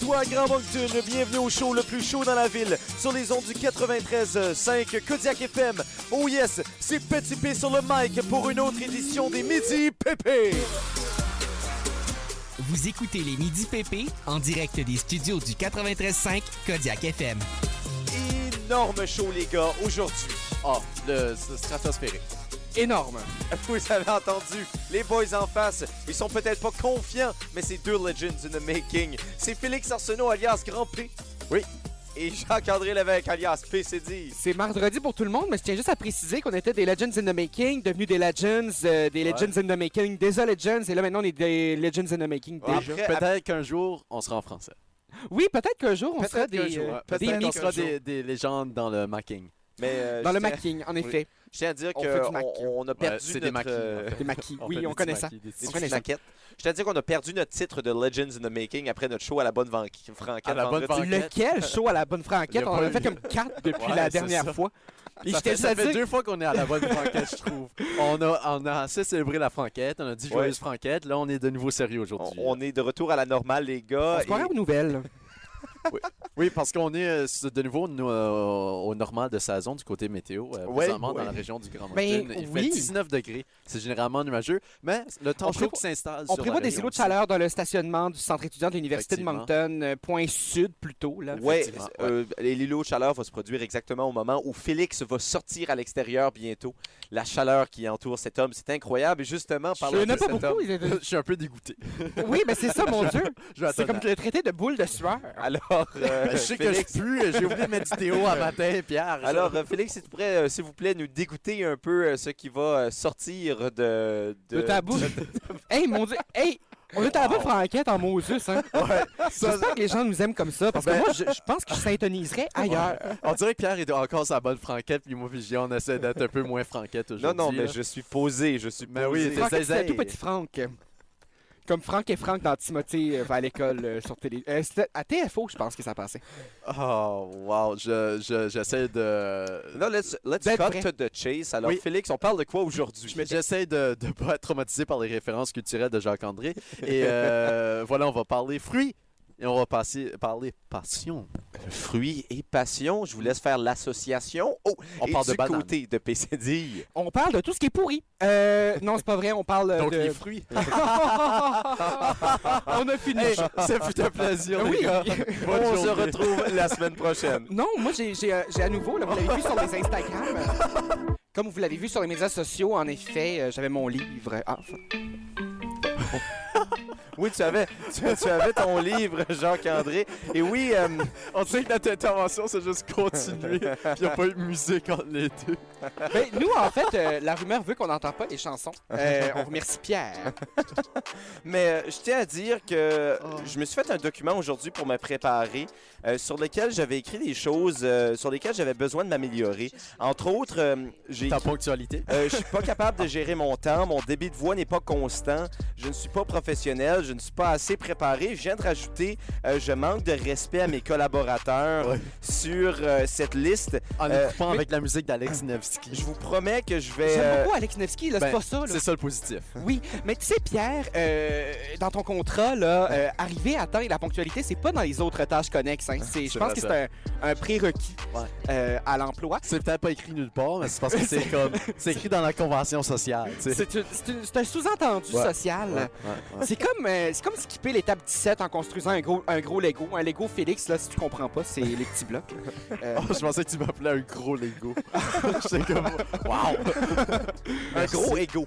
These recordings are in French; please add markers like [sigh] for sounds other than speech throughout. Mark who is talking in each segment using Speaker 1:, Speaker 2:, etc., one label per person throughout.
Speaker 1: toi, Grand Moncton. Bienvenue au show le plus chaud dans la ville, sur les ondes du 93.5 Kodiak FM. Oh yes, c'est Petit P sur le mic pour une autre édition des Midi Pépé.
Speaker 2: Vous écoutez les Midi PP en direct des studios du 93.5 Kodiak FM.
Speaker 1: Énorme show, les gars, aujourd'hui. Ah, le le stratosphérique. [laughs]
Speaker 3: Énorme.
Speaker 1: Vous avez entendu, les boys en face, ils sont peut-être pas confiants, mais c'est deux legends in the making. C'est Félix Arsenault alias Grand P. Oui. Et Jacques-André Lévesque alias PCD.
Speaker 3: C'est mardi pour tout le monde, mais je tiens juste à préciser qu'on était des Legends in the Making, devenus des Legends, euh, des
Speaker 1: Ouais.
Speaker 3: Legends in the Making, déjà Legends, et là maintenant on est des Legends in the Making
Speaker 1: Ouais.
Speaker 3: déjà.
Speaker 1: Après-
Speaker 4: Peut-être qu'un jour, on sera en français.
Speaker 3: Oui, peut-être qu'un jour on sera
Speaker 1: Peut-être qu'un
Speaker 3: des,
Speaker 1: jour,
Speaker 3: euh,
Speaker 1: ouais.
Speaker 3: des
Speaker 4: Peut-être qu'on
Speaker 3: mix
Speaker 4: sera des, des légendes dans le macking.
Speaker 1: Mais euh,
Speaker 3: dans
Speaker 1: je
Speaker 3: le
Speaker 1: tiens-
Speaker 3: making, en effet.
Speaker 1: Je tiens à dire
Speaker 3: On fait du
Speaker 1: qu'on
Speaker 3: maquis.
Speaker 1: on, on a
Speaker 4: Ouais,
Speaker 1: perdu
Speaker 4: c'est des
Speaker 1: notre.
Speaker 4: maquis,
Speaker 1: euh,
Speaker 4: en fait.
Speaker 3: Des maquis,
Speaker 4: [laughs] On
Speaker 3: oui,
Speaker 4: fait
Speaker 3: on
Speaker 4: des
Speaker 3: connaît
Speaker 4: petits
Speaker 3: ça.
Speaker 4: maquis, des petits
Speaker 1: C'est
Speaker 3: connaît
Speaker 1: une
Speaker 3: ça.
Speaker 1: maquette. Je tiens à dire qu'on a perdu notre titre de Legends in the Making après notre show à la bonne van- franquette.
Speaker 4: À la bonne
Speaker 1: vendredi.
Speaker 4: franquette.
Speaker 3: Lequel show à la bonne
Speaker 4: Il
Speaker 3: franquette?
Speaker 4: y a
Speaker 3: On en
Speaker 4: pas
Speaker 3: a fait
Speaker 4: eu.
Speaker 3: comme quatre depuis
Speaker 4: Ouais,
Speaker 3: la
Speaker 4: c'est
Speaker 3: dernière
Speaker 4: ça.
Speaker 3: fois. Et
Speaker 4: ça
Speaker 3: j'étais
Speaker 4: fait,
Speaker 3: juste
Speaker 4: ça
Speaker 3: à
Speaker 4: fait
Speaker 3: dire-
Speaker 4: deux fois qu'on est à la bonne franquette, je trouve. On a, on a assez célébré la franquette, on a dit
Speaker 1: Ouais.
Speaker 4: joyeuse franquette. Là, on est de nouveau sérieux
Speaker 1: On,
Speaker 4: aujourd'hui.
Speaker 1: on est de retour à la normale, les
Speaker 3: On
Speaker 1: gars.
Speaker 3: se croirait aux nouvelles.
Speaker 4: Oui, parce qu'on est euh, sur- de nouveau nous, euh, au normal de saison du côté météo. euh,
Speaker 1: Ouais,
Speaker 4: présentement,
Speaker 1: ouais.
Speaker 4: dans la région du Grand Mountain,
Speaker 3: Ben,
Speaker 4: il
Speaker 3: oui.
Speaker 4: fait 19 degrés. C'est généralement nuageux, mais le temps
Speaker 3: On
Speaker 4: chaud
Speaker 3: prévoit-
Speaker 4: qui s'installe
Speaker 3: On
Speaker 4: sur
Speaker 3: prévoit des
Speaker 4: la région
Speaker 3: îlots de
Speaker 4: aussi.
Speaker 3: chaleur dans le stationnement du centre étudiant de l'Université de
Speaker 4: Effectivement.
Speaker 3: Moncton, euh, point sud plutôt. Là.
Speaker 1: Ouais,
Speaker 4: Effectivement,
Speaker 1: euh, les- l'îlot de chaleur va se produire exactement au moment où Félix va sortir à l'extérieur bientôt. La chaleur qui entoure cet homme, c'est incroyable. Et justement,
Speaker 3: Il
Speaker 1: parlant
Speaker 3: y en
Speaker 1: de
Speaker 3: a pas
Speaker 1: cet homme,
Speaker 3: beaucoup. ils étaient-
Speaker 4: [laughs] Je suis un peu dégoûté.
Speaker 3: [laughs] Oui, mais c'est ça, mon Dieu.
Speaker 4: Je vais
Speaker 3: C'est
Speaker 4: attendre.
Speaker 3: comme le traité de boule de sueur.
Speaker 1: alors, euh,
Speaker 4: Ben, [laughs] Je sais que je
Speaker 1: Félix,
Speaker 4: pue, j'ai oublié ma vidéo à matin, Pierre.
Speaker 1: alors euh, Félix, s'il vous plaît, euh, s'il vous plaît, nous dégoûter un peu euh, ce qui va euh, sortir de,
Speaker 3: De ta bouche. [laughs] hey, mon Dieu. Hey, on est à la bonne franquette en Moses. Hein. J'espère que les gens nous aiment comme ça. Parce que
Speaker 4: Ben-
Speaker 3: moi, je, je pense que je syntoniserais ailleurs.
Speaker 4: On dirait que Pierre est encore sa bonne franquette, puis moi, puis Gilles, on essaie d'être un peu moins franquette
Speaker 1: Non,
Speaker 4: aujourd'hui.
Speaker 1: non, mais
Speaker 4: là.
Speaker 1: je Ben suis posé, je suis
Speaker 4: Mais
Speaker 1: posé.
Speaker 4: oui,
Speaker 3: Franquette, c'est un
Speaker 4: Zazay.
Speaker 3: tout petit Franck. Comme Franck et Franck dans Timothée euh, à l'école euh, sur télé. euh, c'était à TFO, je pense que ça passait.
Speaker 4: Oh, wow, je- je- j'essaie de...
Speaker 1: Non, let's, let's
Speaker 3: D'être
Speaker 1: cut to
Speaker 3: vrai.
Speaker 1: the chase. Alors,
Speaker 4: Oui.
Speaker 1: Félix, on parle de quoi aujourd'hui?
Speaker 4: J'essaie de ne pas être traumatisé par les références culturelles de Jacques-André. Et [laughs] euh, voilà, on va parler fruits et on va passer, parler passion.
Speaker 1: Fruits et passion, je vous laisse faire l'association. Oh,
Speaker 4: On
Speaker 1: et
Speaker 4: parle
Speaker 1: du
Speaker 4: de bananes.
Speaker 1: côté de PCD.
Speaker 3: [laughs] On parle de tout ce qui est pourri. Euh, non, c'est pas vrai, on parle euh,
Speaker 4: Donc,
Speaker 3: de...
Speaker 4: les fruits. [laughs]
Speaker 3: on a fini.
Speaker 4: Hey, ça fut un plaisir, les
Speaker 3: oui.
Speaker 4: gars. Bonne
Speaker 1: on se
Speaker 4: journée.
Speaker 1: retrouve la semaine prochaine.
Speaker 3: Non, moi, j'ai- j'ai euh, j'ai à nouveau, là, vous l'avez vu sur les Instagram. euh, Comme vous l'avez vu sur les médias sociaux, en effet, euh, j'avais mon livre. Ah, enfin,
Speaker 1: Oui, tu avais, tu, tu avais ton livre, Jacques-André. Et oui, euh,
Speaker 4: On dirait que notre intervention, c'est juste continuer. Puis il n'y a pas eu de musique entre les deux.
Speaker 3: Ben, nous, en fait, euh, la rumeur veut qu'on n'entend pas les chansons. Euh, on remercie
Speaker 4: [laughs]
Speaker 3: Pierre.
Speaker 1: mais euh, je tiens à dire que
Speaker 3: Oh.
Speaker 1: je me suis fait un document aujourd'hui pour me préparer euh, sur lequel j'avais écrit des choses euh, sur lesquelles j'avais besoin de m'améliorer. Entre autres, euh, j'ai
Speaker 4: Ta ponctualité.
Speaker 1: Euh, je suis pas capable de gérer mon temps, mon débit de voix n'est pas constant, je ne suis pas professionnel, je ne suis pas assez préparé. Je viens de rajouter, euh, je manque de respect à mes collaborateurs
Speaker 4: Ouais.
Speaker 1: sur euh, cette liste.
Speaker 4: En
Speaker 1: Euh,
Speaker 4: écoutant
Speaker 3: mais-
Speaker 4: avec la musique d'Alex Nevsky.
Speaker 1: Je vous promets que je vais.
Speaker 3: J'aime
Speaker 1: euh,
Speaker 3: beaucoup Alex Nevsky, là, c'est
Speaker 4: ben,
Speaker 3: pas ça, là.
Speaker 4: C'est ça le positif.
Speaker 3: Oui, mais tu sais, Pierre, euh, dans ton contrat, là, euh, arriver à temps et la ponctualité, c'est pas dans les autres tâches connexes. hein. C'est- Je
Speaker 4: C'est
Speaker 3: pense
Speaker 4: vrai,
Speaker 3: que
Speaker 4: ça.
Speaker 3: c'est un, un prérequis
Speaker 4: Ouais.
Speaker 3: euh, à l'emploi.
Speaker 4: C'est peut-être pas écrit nulle part, mais c'est parce que c'est comme. C'est écrit dans la convention sociale, tu sais.
Speaker 3: C'est une- c'est une- c'est un sous-entendu
Speaker 4: Ouais.
Speaker 3: social.
Speaker 4: Ouais, ouais, ouais.
Speaker 3: C'est comme, euh, c'est comme skipper l'étape 17 en construisant un gros, un gros Lego. Un Lego Félix, là, si tu comprends pas, c'est les petits blocs. Euh,
Speaker 4: Oh, je pensais que tu m'appelais un gros Lego. J'étais comme. Waouh!
Speaker 1: un gros ego.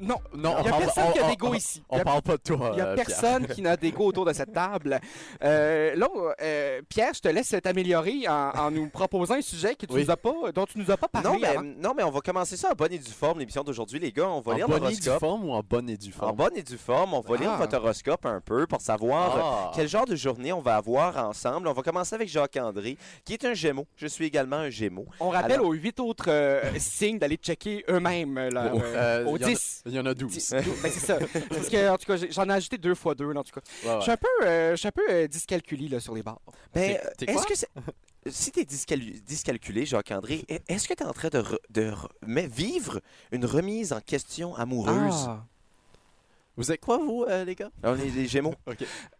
Speaker 3: non,
Speaker 4: Non,
Speaker 3: il n'y a personne qui a d'ego
Speaker 4: on-
Speaker 3: ici.
Speaker 4: On
Speaker 3: Il y a-
Speaker 4: parle pas de toi.
Speaker 3: il y a
Speaker 4: euh, Pierre.
Speaker 3: personne qui n'a d'ego autour de cette table. Euh, là, on- euh, Pierre, je te laisse t'améliorer en, en nous proposant un sujet que tu
Speaker 4: Oui.
Speaker 3: nous as pas, dont tu nous as pas parlé.
Speaker 1: Non mais,
Speaker 3: avant.
Speaker 1: non, mais on va commencer ça en bonne et due forme, l'émission d'aujourd'hui, les gars. On va lire
Speaker 4: En bonne et due
Speaker 1: l'horoscope.
Speaker 4: forme ou en bonne et due
Speaker 1: En
Speaker 4: forme?
Speaker 1: bonne et due forme, on va lire
Speaker 3: Ah.
Speaker 1: votre horoscope un peu pour savoir. euh,
Speaker 4: Ah.
Speaker 1: Quel genre de journée on va avoir ensemble? On va commencer avec Jacques-André, qui est un gémeau. Je suis également un gémeau.
Speaker 3: On rappelle
Speaker 1: Alors-
Speaker 3: aux huit autres euh, signes d'aller checker eux-mêmes. là,
Speaker 4: Ouais.
Speaker 3: euh,
Speaker 4: Euh,
Speaker 3: aux
Speaker 4: il y en a-
Speaker 3: 10.
Speaker 4: Il y en a 12.
Speaker 3: Dix- ben, c'est ça. Parce que, en tout cas, j'ai- j'en ai ajouté deux fois deux, là, en tout cas.
Speaker 4: Ah Ouais, ouais.
Speaker 3: Je suis un peu, euh, je suis un peu euh, dyscalculie, là, sur les barres.
Speaker 1: Ben,
Speaker 4: T'es-
Speaker 1: euh,
Speaker 4: t'es
Speaker 1: est-ce
Speaker 4: quoi?
Speaker 1: que
Speaker 4: [laughs]
Speaker 1: c'est- si t'es discalu- discalculé, Jacques-André, e- est-ce que t'es en train Ah. de, re- de re- mais vivre une remise en question amoureuse?
Speaker 3: Ah.
Speaker 4: Vous êtes quoi, vous, euh, les gars?
Speaker 1: On est des Gémeaux.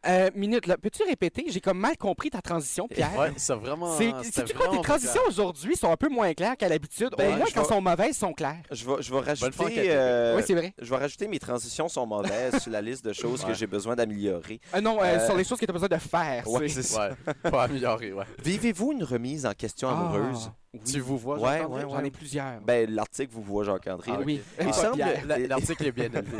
Speaker 3: Euh, minute, là, peux-tu répéter? J'ai comme mal compris ta transition, Pierre.
Speaker 4: Eh, Ouais, c'est vraiment.
Speaker 3: Ah, C'est
Speaker 4: c'était
Speaker 3: sais-tu quoi, tes
Speaker 4: vraiment
Speaker 3: transitions
Speaker 4: vulgaire.
Speaker 3: aujourd'hui sont un peu moins claires qu'à l'habitude.
Speaker 1: Ben,
Speaker 3: Au moins,
Speaker 1: je
Speaker 3: quand
Speaker 1: vais-
Speaker 3: elles sont mauvaises, elles sont claires.
Speaker 1: Je vais, je vais
Speaker 4: fois,
Speaker 1: rajouter.
Speaker 4: Catherine.
Speaker 1: euh,
Speaker 3: oui, c'est vrai.
Speaker 1: je vais rajouter mes transitions sont mauvaises sur la liste de choses que
Speaker 4: Ouais. Ah,
Speaker 1: j'ai besoin d'améliorer.
Speaker 3: Euh, non, euh,
Speaker 1: euh,
Speaker 3: sur les choses que tu as besoin de faire.
Speaker 1: Ouais,
Speaker 3: c'est-
Speaker 1: c'est ça.
Speaker 4: Ouais, pas amélioré, ouais.
Speaker 1: Vivez-vous une remise en question
Speaker 3: Ah,
Speaker 1: amoureuse?
Speaker 3: oui.
Speaker 4: Tu vous vois,
Speaker 1: Ouais,
Speaker 4: j'entends
Speaker 1: ouais,
Speaker 4: bien?
Speaker 3: J'en ai plusieurs.
Speaker 1: Ben, l'article vous voit Jacques-André. [laughs]
Speaker 4: Ah,
Speaker 1: là.
Speaker 4: ok.
Speaker 3: oui.
Speaker 4: Ah,
Speaker 1: Il
Speaker 3: Pas
Speaker 1: semble-
Speaker 3: Pierre.
Speaker 4: la- L'article est bien élevé.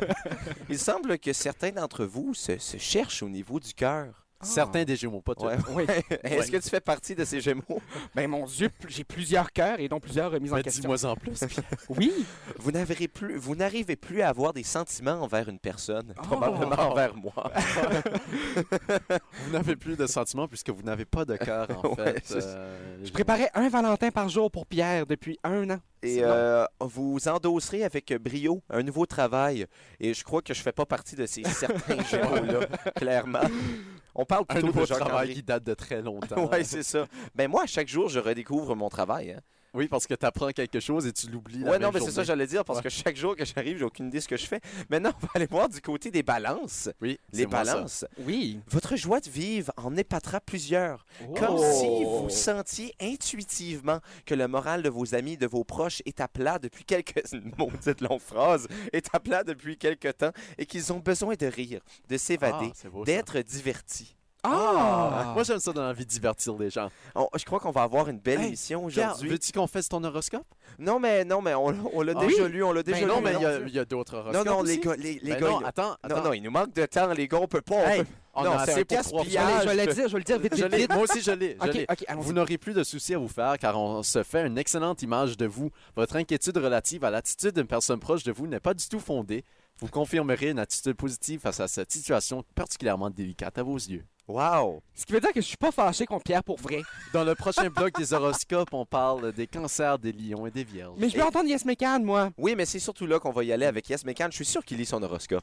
Speaker 1: Il semble que certains d'entre vous se, se cherchent au niveau du cœur.
Speaker 3: Ah.
Speaker 4: Certains des Gémeaux, pas tous.
Speaker 1: Ouais.
Speaker 3: [laughs] Oui.
Speaker 1: Est-ce que tu fais partie de ces Gémeaux?
Speaker 3: Ben mon Dieu, pl- j'ai plusieurs cœurs et donc plusieurs remises en
Speaker 4: Mais
Speaker 3: question.
Speaker 4: Dis-moi en plus. Pierre.
Speaker 3: [laughs] Oui,
Speaker 1: Vous n'arriverez plus, vous n'arrivez plus à avoir des sentiments envers une personne,
Speaker 3: Oh.
Speaker 1: probablement envers moi.
Speaker 4: [laughs] vous n'avez plus de sentiments puisque vous n'avez
Speaker 1: [laughs]
Speaker 4: pas de cœur, [laughs] en
Speaker 1: Ouais,
Speaker 4: fait.
Speaker 1: c'est ça.
Speaker 4: euh, les
Speaker 3: je
Speaker 4: Gémeaux.
Speaker 3: préparais un Valentin par jour pour Pierre depuis un an.
Speaker 1: Et
Speaker 3: C'est
Speaker 1: euh, vous endosserez avec brio un nouveau travail. Et je crois que je fais pas partie de ces
Speaker 4: [laughs]
Speaker 1: certains [laughs] Gémeaux-là, clairement. On parle
Speaker 4: Un
Speaker 1: plutôt de
Speaker 4: nouveau
Speaker 1: Jacques-André.
Speaker 4: travail qui date de très [laughs] longtemps.
Speaker 1: Ouais, c'est ça. Ben moi, à chaque jour, je redécouvre mon travail. hein.
Speaker 4: Oui, parce que tu apprends quelque chose et tu l'oublies. la
Speaker 1: Ouais, non,
Speaker 4: même
Speaker 1: mais c'est ça
Speaker 4: journée.
Speaker 1: j'allais dire, parce
Speaker 4: Ouais.
Speaker 1: que chaque jour que j'arrive, j'ai aucune idée de ce que je fais. Maintenant, [laughs] on va aller voir du côté des balances.
Speaker 4: Oui,
Speaker 1: Les
Speaker 4: c'est moi, ça.
Speaker 1: balances.
Speaker 3: Oui.
Speaker 1: Votre joie de vivre en épatera plusieurs. Comme
Speaker 3: Oh.
Speaker 1: si vous sentiez intuitivement que le moral de vos amis et de vos proches est à plat depuis quelques... [laughs] Une maudite longue phrase. Est à plat depuis quelques temps et qu'ils ont besoin de rire, de s'évader,
Speaker 4: Ah, c'est beau, ça.
Speaker 1: d'être divertis.
Speaker 3: Ah!
Speaker 4: Moi, j'aime ça dans la vie de divertir les gens.
Speaker 1: On- je crois qu'on va avoir une belle
Speaker 4: Hey,
Speaker 1: émission
Speaker 4: Pierre,
Speaker 1: aujourd'hui.
Speaker 4: veux-tu qu'on fasse ton horoscope?
Speaker 1: Non, mais, non, mais on, on l'a
Speaker 4: Ah
Speaker 1: déjà
Speaker 4: oui?
Speaker 1: lu, on l'a déjà
Speaker 3: Ben
Speaker 1: lu.
Speaker 4: non, mais il y a,
Speaker 3: non.
Speaker 4: il y a d'autres
Speaker 1: Non,
Speaker 4: horoscopes
Speaker 1: non, les
Speaker 4: aussi.
Speaker 1: gars, les, les
Speaker 4: Ben
Speaker 1: gars.
Speaker 4: non,
Speaker 1: il-
Speaker 4: attends,
Speaker 1: non,
Speaker 4: attends.
Speaker 1: non, il nous manque de temps, les gars, on peut pas. on
Speaker 4: Hey,
Speaker 1: peut-
Speaker 4: on
Speaker 1: non,
Speaker 4: en
Speaker 1: c'est
Speaker 4: sait
Speaker 1: un
Speaker 4: pour trois
Speaker 3: Je
Speaker 1: gaspillage.
Speaker 3: vais-
Speaker 4: [laughs] fois.
Speaker 3: je vais le dire, je vais le dire vite,
Speaker 4: Je
Speaker 3: vite,
Speaker 4: l'ai.
Speaker 3: vite.
Speaker 4: Moi aussi, je l'ai. je
Speaker 3: Ok,
Speaker 4: l'ai.
Speaker 3: ok,
Speaker 4: Vous
Speaker 3: allons-y.
Speaker 4: n'aurez plus de soucis à vous faire car on se fait une excellente image de vous. Votre inquiétude relative à l'attitude d'une personne proche de vous n'est pas du tout fondée. Vous confirmerez une attitude positive face à cette situation particulièrement délicate à vos yeux.
Speaker 1: Wow!
Speaker 3: Ce qui veut dire que je suis pas fâché contre Pierre pour vrai.
Speaker 4: Dans le prochain bloc des horoscopes, on parle des cancers, des lions et des vierges.
Speaker 3: Mais je peux
Speaker 1: Et-
Speaker 3: entendre Yes Mécan, moi.
Speaker 1: Oui, mais c'est surtout là qu'on va y aller avec Yes Mécan. Je suis sûr qu'il lit son horoscope.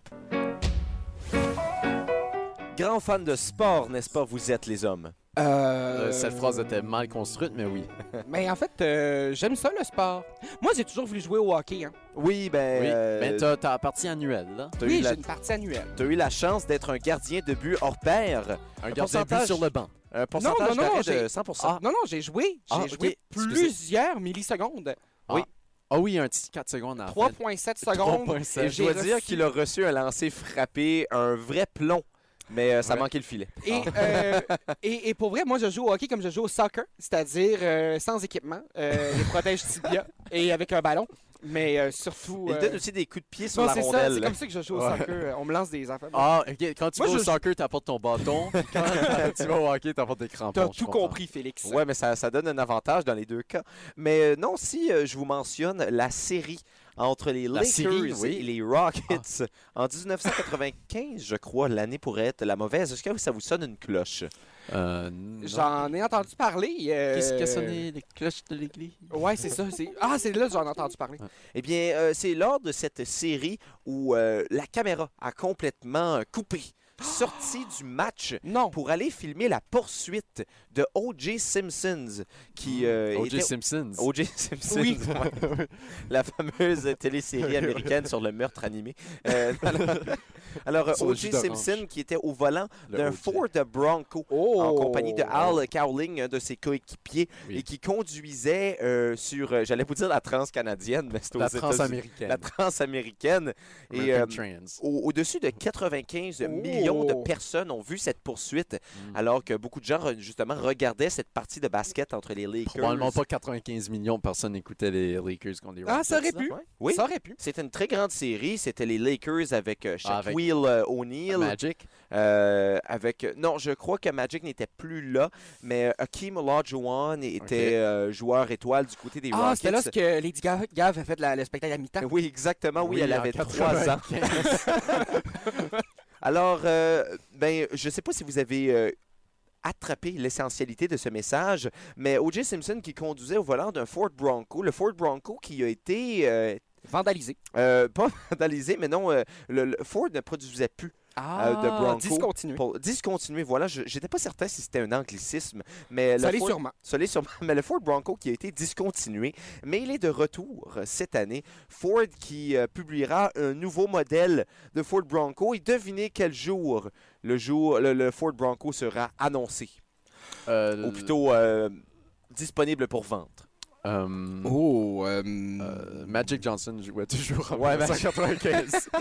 Speaker 1: Grand fan de sport, n'est-ce pas, vous êtes les hommes?
Speaker 4: Euh, Cette phrase était mal construite, mais oui.
Speaker 3: Mais en fait, euh, j'aime ça le sport. Moi, j'ai toujours voulu jouer au hockey. Hein.
Speaker 1: Oui, ben.
Speaker 4: Oui,
Speaker 1: euh,
Speaker 4: mais t'as t'as la partie annuelle, là.
Speaker 1: t'as eu,
Speaker 3: oui,
Speaker 1: la-
Speaker 3: j'ai une partie annuelle.
Speaker 1: t'as eu la chance d'être un gardien de but hors pair.
Speaker 4: Un gardien de but
Speaker 1: pourcentage.
Speaker 4: sur le banc.
Speaker 1: Un pourcentage
Speaker 3: non,
Speaker 1: d'arrêt de
Speaker 3: j'ai- Ah,
Speaker 1: 100
Speaker 3: Non, non, j'ai joué. J'ai
Speaker 4: Ah,
Speaker 3: joué
Speaker 4: ok, excusez.
Speaker 3: plusieurs millisecondes.
Speaker 4: Ah oui, un petit 4 secondes à la fin.
Speaker 1: [laughs]
Speaker 3: 3,7 secondes.
Speaker 4: 3,7.
Speaker 1: Et je dois
Speaker 3: ben, j'ai
Speaker 1: dire
Speaker 3: reçu-
Speaker 1: qu'il a reçu un lancer frappé, un vrai plomb, mais euh, ça
Speaker 4: Ouais.
Speaker 1: manquait le filet.
Speaker 3: Et, euh, [laughs] et, et pour vrai, moi, je joue au hockey comme je joue au soccer, c'est-à-dire euh, sans équipement, euh, les protège
Speaker 1: [laughs]
Speaker 3: tibia et avec un ballon, mais euh, surtout.
Speaker 1: Il
Speaker 3: euh,
Speaker 1: donne aussi des coups de pied sur
Speaker 3: non,
Speaker 1: la
Speaker 3: c'est ça,
Speaker 1: rondelle.
Speaker 3: c'est comme ça que je joue au
Speaker 4: Ouais.
Speaker 3: soccer. euh, On me lance des affaires.
Speaker 4: Ah, ok. Quand tu
Speaker 3: Moi,
Speaker 4: vas
Speaker 3: je-
Speaker 4: au soccer, t'apportes ton
Speaker 3: [laughs]
Speaker 4: bâton. puis Quand tu vas au hockey, t'apportes des crampons.
Speaker 3: T'as
Speaker 4: je
Speaker 3: tout
Speaker 4: comprends.
Speaker 3: compris, Félix.
Speaker 1: Ouais, mais ça, ça donne un avantage dans les deux cas. Mais euh, non, si euh, je vous mentionne la série entre les
Speaker 4: La
Speaker 1: Lakers
Speaker 4: série, oui.
Speaker 1: et les Rockets en 1995, je crois, l'année pourrait être la mauvaise. Est-ce que ça vous sonne une cloche?
Speaker 4: Euh, non.
Speaker 3: J'en ai entendu parler. euh,
Speaker 4: Qu'est-ce que sonnaient les cloches de l'église?
Speaker 3: Ouais, c'est ça. c'est- Ah, c'est là que j'en ai entendu parler.
Speaker 1: Eh bien, euh, c'est lors de cette série où euh, la caméra a complètement euh, coupé, sortie du match
Speaker 3: Non.
Speaker 1: pour aller filmer la poursuite de O.J. Simpsons, qui euh,
Speaker 4: O.J.
Speaker 1: était
Speaker 4: Simpsons.
Speaker 1: O.J. Simpson.
Speaker 3: Oui.
Speaker 4: [laughs]
Speaker 1: ouais. La fameuse télésérie américaine sur le meurtre animé.
Speaker 4: [laughs]
Speaker 1: Euh, [laughs] alors, alors,
Speaker 4: Sur le
Speaker 1: O.J.
Speaker 4: jus d'orange.
Speaker 1: Simpson qui était au volant
Speaker 4: Le
Speaker 1: d'un
Speaker 4: O.J..
Speaker 1: Ford Bronco
Speaker 3: Oh.
Speaker 1: en compagnie de Al Cowling, un de ses coéquipiers,
Speaker 4: Oui.
Speaker 1: et qui conduisait euh, sur, euh, j'allais vous dire la transcanadienne, mais c'était aux
Speaker 4: La
Speaker 1: États-Unis.
Speaker 4: transaméricaine.
Speaker 1: La transaméricaine. Et,
Speaker 4: American
Speaker 1: euh,
Speaker 4: Trans.
Speaker 1: au- Au-dessus de 95
Speaker 3: Oh.
Speaker 1: millions de personnes ont vu cette poursuite,
Speaker 4: Mm.
Speaker 1: alors que beaucoup de gens, re- justement, regardaient cette partie de basket entre les Lakers.
Speaker 4: Probablement pas 95 millions de personnes écoutaient les Lakers contre les Rockets.
Speaker 3: Ah, ça aurait
Speaker 4: là.
Speaker 3: pu.
Speaker 1: Ouais. Oui,
Speaker 3: Ça aurait pu.
Speaker 1: C'était une très grande série. C'était les Lakers avec euh,
Speaker 4: Ah, avec-
Speaker 1: Shaquille euh, O'Neal.
Speaker 4: Magic.
Speaker 1: euh, avec... euh, Non, je crois que Magic n'était plus là, mais euh, Hakeem Olajuwon était
Speaker 4: Ok.
Speaker 1: euh, joueur étoile du côté des
Speaker 3: Ah,
Speaker 1: Rockets.
Speaker 3: c'était là ce que Lady Gaga Gaga a fait la- le spectacle à mi-temps.
Speaker 1: Oui, exactement. Ah Oui,
Speaker 4: Oui,
Speaker 1: elle
Speaker 4: en
Speaker 1: avait trois ans. Alors, euh, ben, je ne sais pas si vous avez euh, attrapé l'essentialité de ce message, mais O.J. Simpson qui conduisait au volant d'un Ford Bronco, le Ford Bronco qui a été euh,
Speaker 3: Vandalisé.
Speaker 1: [laughs] Euh, pas vandalisé, mais non, euh, le, le Ford ne produisait plus euh, de Bronco.
Speaker 3: Discontinué.
Speaker 1: Pour discontinuer, voilà, je- j'étais pas certain si c'était un anglicisme, mais
Speaker 3: Ça
Speaker 1: le
Speaker 3: l'est
Speaker 1: Ford-
Speaker 3: sûrement.
Speaker 1: ça l'est sûrement. [laughs] Mais le Ford Bronco qui a été discontinué, mais il est de retour euh, cette année. Ford qui euh, publiera un nouveau modèle de Ford Bronco et devinez quel jour le jour le, le Ford Bronco sera annoncé,
Speaker 4: Euh,
Speaker 1: ou plutôt euh, disponible pour vente. Mm.
Speaker 4: euh,
Speaker 2: Oh, euh,
Speaker 4: euh, Magic Johnson jouait toujours en
Speaker 1: Ouais, ben- [laughs]
Speaker 4: 1995. je